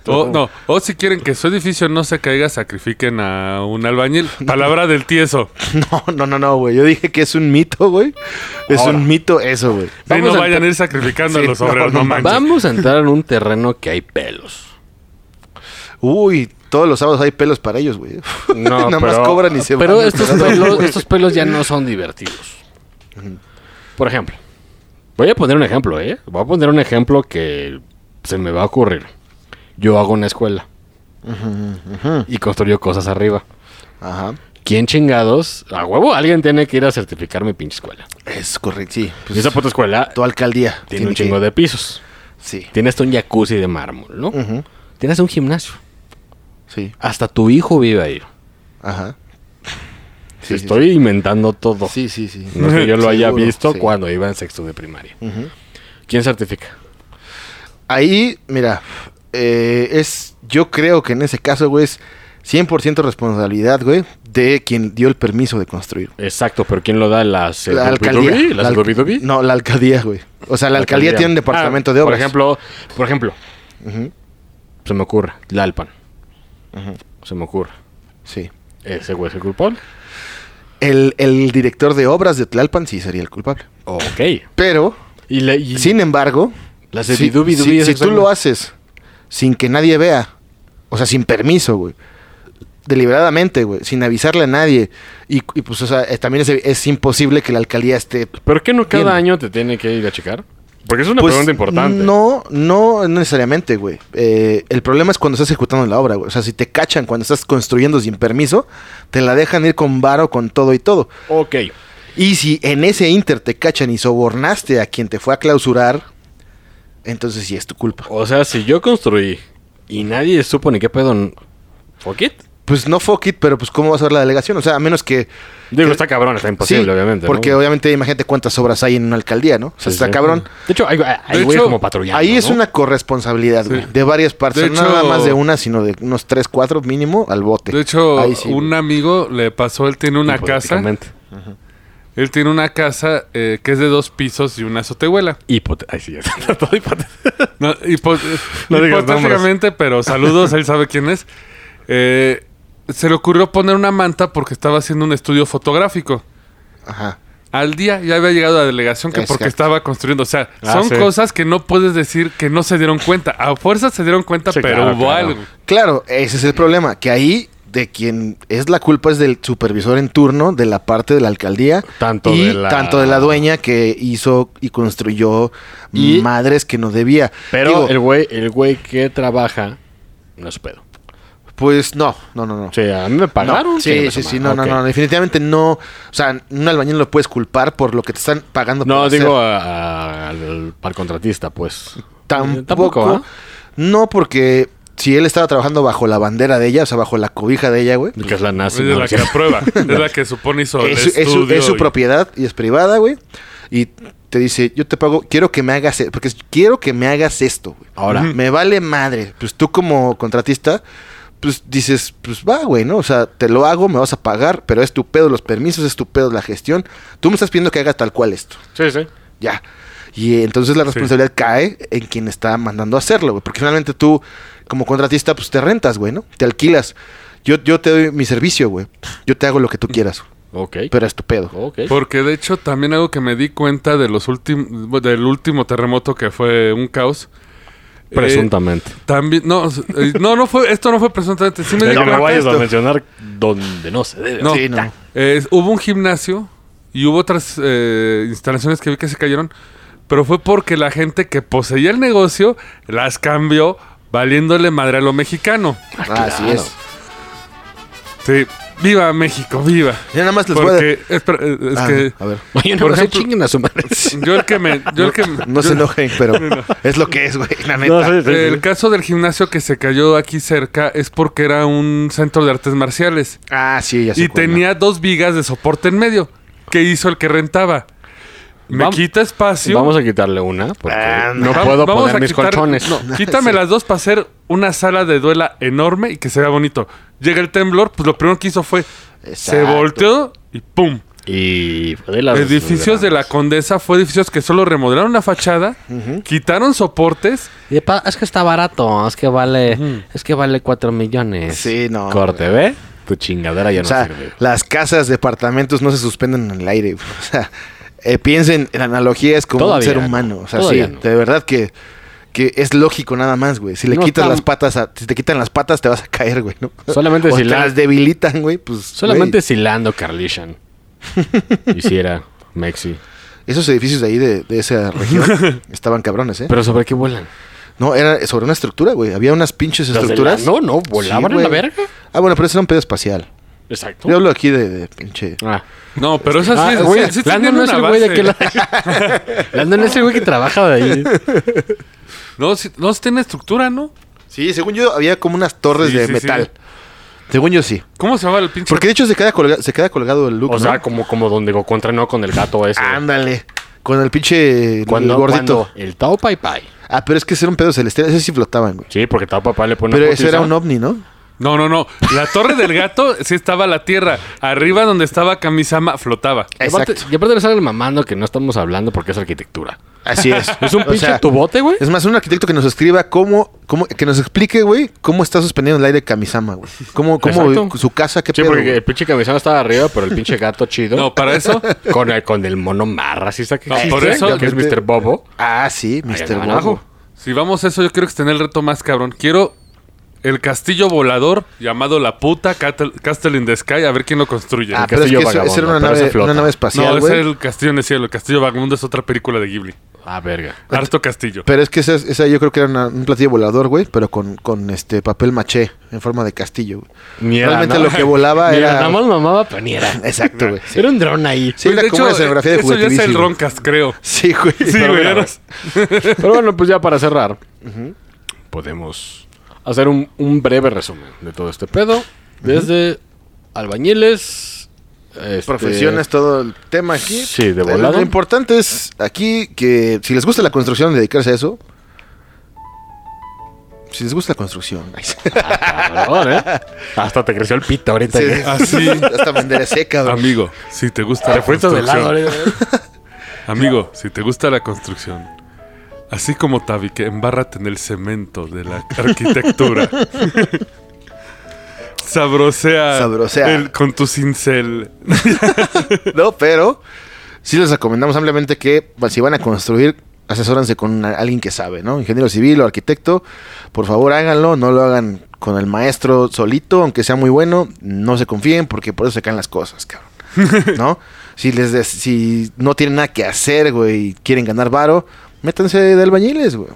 O, no. o si quieren que su edificio no se caiga, sacrifiquen a un albañil. Palabra del tieso. No, no, no, no, güey. Yo dije que es un mito, güey. Es Ahora. un mito eso, güey. Y Vamos no a vayan a ir sacrificando Sí, a los no, obreros, no, no manches. Vamos a entrar en un terreno que hay pelos. Uy, todos los sábados hay pelos para ellos, güey. No, Nada más pero- cobran y se Pero van. estos pelos, estos pelos ya no son divertidos. Por ejemplo, voy a poner un ejemplo, ¿eh? Voy a poner un ejemplo que se me va a ocurrir. Yo hago una escuela y construyo cosas arriba. Ajá. ¿Quién chingados? A huevo, alguien tiene que ir a certificar mi pinche escuela. Es correcto, sí. y Pues, esa puta escuela tu alcaldía. tiene un chingo que- de pisos. Sí, Tienes hasta un jacuzzi de mármol, ¿no? Ujú. Tienes un gimnasio. sí. Hasta tu hijo vive ahí. Ajá. Te Estoy inventando todo. Sí, sí, sí. No es que yo lo haya Seguro, visto sí. cuando iba en sexto de primaria. Ujú. ¿Quién certifica? Ahí, mira, eh, es, yo creo que en ese caso, güey, es 100% responsabilidad, güey, de quien dio el permiso de construir. Exacto, pero ¿quién lo da? ¿Las eh, La Dubidubi? alcaldía. ¿Las la al- Dubidubi? No, la alcaldía, güey. O sea, la, alcaldía, tiene un departamento Ah, de obras. Por ejemplo, por ejemplo Ujú, se me ocurre, Lalpan. ujú, Se me ocurre. Sí. ¿Ese güey es el culpable? El, el director de obras de Tlalpan sí sería el culpable. Ok. Pero, Y, le, y- sin embargo, Las de si, Dubi Dubi si- es si tú exactamente- lo haces sin que nadie vea, o sea, sin permiso, güey, deliberadamente, güey, sin avisarle a nadie, y, y, pues, o sea, eh, también es, es imposible que la alcaldía esté... ¿Pero qué no cada Bien. año te tiene que ir a checar? Porque es una Pues, pregunta importante. No, no necesariamente, güey. Eh, el problema es cuando estás ejecutando la obra, güey. O sea, si te cachan cuando estás construyendo sin permiso, te la dejan ir con varo, con todo y todo. Ok. Y si en ese inter te cachan y sobornaste a quien te fue a clausurar, entonces sí es tu culpa. O sea, si yo construí y nadie supo ni qué pedo... n- ¿Fuck it? Pues no fuck it, pero pues cómo vas a ver la delegación, o sea, a menos que Digo, Que- está cabrón, está imposible, sí, obviamente. ¿no? porque obviamente imagínate cuántas obras hay en una alcaldía, ¿no? O sea, Sí, está sí. cabrón. De hecho, hay, hay- hay De güeyes hecho, como patrullando. Ahí es ¿no? una corresponsabilidad, güey, de varias partes, De no nada hecho- más de una, sino de unos tres, cuatro mínimo al bote. De hecho, Ahí sí, güey. un amigo le pasó, él tiene una casa. Hipotéticamente. Él tiene una casa eh, que es de dos pisos y una azotehuela. Hipote- Ay, sí, está todo hipotético. No, hipo- eh, No digas hipotéticamente, pero saludos, él sabe quién es. Eh, se le ocurrió poner una manta porque estaba haciendo un estudio fotográfico. Ajá. Al día ya había llegado la delegación que porque Exacto. estaba construyendo. O sea, Ah, son sí. cosas que no puedes decir que no se dieron cuenta. A fuerza se dieron cuenta, Sí, pero claro, hubo claro. algo. Claro, ese es el problema, que ahí de quien es la culpa es del supervisor en turno, de la parte de la alcaldía, Tanto y de la- tanto de la dueña que hizo y construyó Y- madres que no debía. Pero Digo, el güey el güey que trabaja no es pedo. pues no, no, no, no. O sea, a mí me pagaron. No, sí, sí, sí, no, no, no, definitivamente no. O sea, un albañil no lo puedes culpar por lo que te están pagando. No, por hacer. digo a- a- al, al contratista, pues. tampoco. tampoco, ¿ah? No, porque si él estaba trabajando bajo la bandera de ella, o sea, bajo la cobija de ella, güey. Que es la nazi. es ¿no? la que aprueba. es la que supone hizo el Es, su- es su, estudio es su y- propiedad y es privada, güey. Y te dice, yo te pago, quiero que me hagas, e- porque es- quiero que me hagas esto, güey. Ahora. me vale madre. Pues tú como contratista, pues dices, pues va, güey, ¿no? O sea, te lo hago, me vas a pagar, pero es tu pedo los permisos, es tu pedo la gestión. Tú me estás pidiendo que haga tal cual esto. Sí, sí. Ya. Y eh, entonces la responsabilidad cae en quien está mandando a hacerlo, güey. Porque finalmente tú, como contratista, pues te rentas, güey, ¿no? Te alquilas. Yo, yo te doy mi servicio, güey. Yo te hago lo que tú quieras. Ok. Pero es tu pedo. ok. Porque de hecho también algo que me di cuenta de los últim- del último terremoto que fue un caos. eh, Presuntamente. también no, s- eh, no no fue esto no fue presuntamente, sí me di no me cuenta. vayas a esto. mencionar donde no se debe. No, Sí, no. eh, hubo un gimnasio y hubo otras eh, instalaciones que vi que se cayeron, pero fue porque la gente que poseía el negocio las cambió valiéndole madre a lo mexicano. Ah, Así es. Sí, viva México, viva. Yo nada más les voy a... Porque espera, eh, es Ah, que A ver. Oye, no, Por no se ejemplo- chinguen a su madre. yo el que me yo el que No se yo- enojen, pero es lo que es, güey. La neta. sí, sí, El sí. caso del gimnasio que se cayó aquí cerca es porque era un centro de artes marciales Ah, sí, ya sé y cuál, ¿no? tenía dos vigas de soporte en medio. ¿Qué hizo el que rentaba? Me Vam- quita espacio. Vamos a quitarle una porque Ah, no Vam- puedo vamos poner a mis quitar- colchones. no, quítame las dos para hacer una sala de duela enorme y que se vea bonito. Llega el temblor, pues lo primero que hizo fue se Exacto. volteó y ¡pum! Y fue de las Edificios de la Condesa fue edificios que solo remodelaron la fachada, quitaron soportes Y de pa- es que está barato, es que Eh, vale, es que vale 4 millones. Sí, no, Corte, ¿ve? Tu chingadera ya O no sea, sirve. las casas, departamentos no se suspenden en el aire. güey. O sea, eh, piensen en analogías como Todavía un ser no. humano. O sea, sí, Todavía no. de verdad que, que es lógico nada más, güey. Si le No quitas está- las patas, a- si te quitan las patas te vas a caer, güey, ¿no? Solamente O si te la- las debilitan, güey, pues... Solamente güey, si Lando Carlishan hiciera Mexi. Esos edificios de ahí, de, de esa región, estaban cabrones, ¿eh? Pero sobre qué vuelan? No, era sobre una estructura, güey. Había unas pinches ¿Las de estructuras. Lando? No, volaban en güey. la verga. Ah, bueno, pero eso era un pedo espacial. Exacto. Yo hablo aquí de, de pinche... Ah. No, pero esas sí, Ah, sí- güey, sí Lando tenían no es una el güey de base. que la- Lando no es el güey que trabaja de ahí. No, sí- no, sí tiene estructura, ¿no? Sí, según yo había como unas torres Sí, de sí, metal. Según yo sí. ¿Cómo se llama el pinche? Porque de hecho se queda, colga- se queda colgado el look. O sea, ¿no? como, como donde Goku entrenó con el gato ese. ándale. Con el pinche el Cuando- gordito. cuando el Tao Pai Pai. Ah, pero es que ese era un pedo celestial. Ese sí flotaban, güey. Sí, porque todo papá le pone Pero una ese era putiza. un ovni, ¿no? No, no, no. La torre del gato sí estaba la tierra. Arriba donde estaba Kamisama flotaba. Y aparte- Exacto. Y aparte le sale mamando que no estamos hablando porque es arquitectura. Así es. Es un O pinche sea, tubote, güey. Es más, un arquitecto que nos escriba cómo, cómo que nos explique, güey, cómo está suspendido el aire Kamisama, güey. Cómo, cómo Exacto. su casa, qué Sí, pedo. porque güey. el pinche camisón estaba arriba, pero el pinche gato chido. No, para eso. Con el, con el mono marra, ¿sí está que No, existe? por eso- Que es Mr. Bobo. Ah, sí, Ahí Mr. andaban Bobo. abajo. Si vamos a eso, yo quiero extender el reto más cabrón. Quiero el castillo volador llamado La Puta Catel- Castle in the Sky. A ver quién lo construye. Ah, El pero es que castillo eso- esa era vagabundo, una pero nave, se flota. una nave ca- no, espacial, es güey. el castillo en el cielo. El castillo vagabundo es otra película de Ghibli. Ah, verga. Harto castillo. Pero es que esa, esa yo creo que era una- un platillo volador, güey, pero con, con este papel maché en forma de castillo. güey. Ni era, Realmente ¿no? lo que volaba Ni era... Nada más mamaba, pero ni era. Exacto, güey. Era un dron ahí. Sí, era Pues, de como una escenografía de eso ya es juguetivici, el güey. Roncas, creo. Sí, güey. Sí, Pero güey. mira, ya güey. nos- Pero bueno, pues ya para cerrar, podemos hacer un, un breve resumen de todo este pedo. Desde albañiles, este, Profesiones, todo el tema aquí. Eh, Sí, de volado. Lo importante es aquí que si les gusta la construcción, dedicarse a eso. Si les gusta la construcción. Ay, sí. cabrón, ¿eh? Hasta te creció el pito ahorita. Sí, que- sí, Así. sí, Hasta me enderecé, cabrón. Amigo, si te gusta Te fuiste de lado. construcción. ¿eh? Amigo, si te gusta la construcción, así como Tavi, que embárrate en el cemento de la arquitectura. Sabrosea, Sabrosea. el- con tu cincel. No, pero sí les recomendamos ampliamente que pues, si van a construir, asesórense con una- alguien que sabe, ¿no? Ingeniero civil o arquitecto. Por favor, háganlo. No lo hagan con el maestro solito, aunque sea muy bueno. No se confíen porque por eso se caen las cosas, cabrón. ¿No? Si, les des- si no tienen nada que hacer, güey, y quieren ganar varo, métanse de albañiles, güey.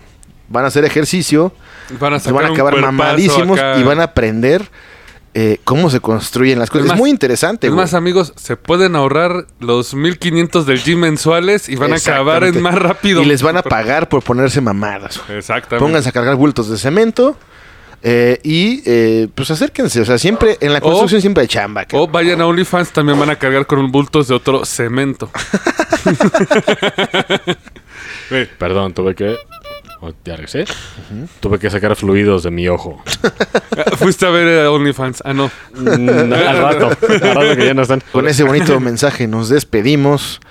Van a hacer ejercicio, Van a se sacar van a acabar un cuerpazo mamadísimos acá. y van a aprender eh, cómo se construyen las cosas. Es, más- muy interesante, Es güey. más, amigos, se pueden ahorrar los 1500 del gym mensuales y van a acabar Exactamente. en más rápido. Y les van a pagar por ponerse mamadas. güey. Exactamente. Pónganse a cargar bultos de cemento. eh, y eh, pues acérquense. O sea, siempre en la construcción siempre hay chamba. cabrón. o vayan a OnlyFans, también van a cargar con bultos de otro cemento. Ve, Perdón, tuve que. oh, Ya regresé. Tuve que sacar fluidos de mi ojo. Fuiste a ver eh, OnlyFans. Ah, no. Mm, al rato. Al rato que ya no están. Con ese bonito mensaje nos despedimos.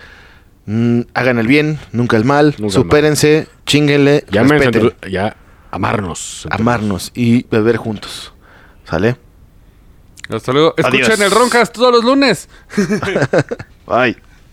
Mm, hagan el bien, nunca el mal. Nunca el supérense, chinguenle, Ya, me respeten, sentí- ya amarnos. amarnos y beber juntos. ¿Sale? Hasta luego. Adiós. Escuchen el Roncas todos los lunes. Bye.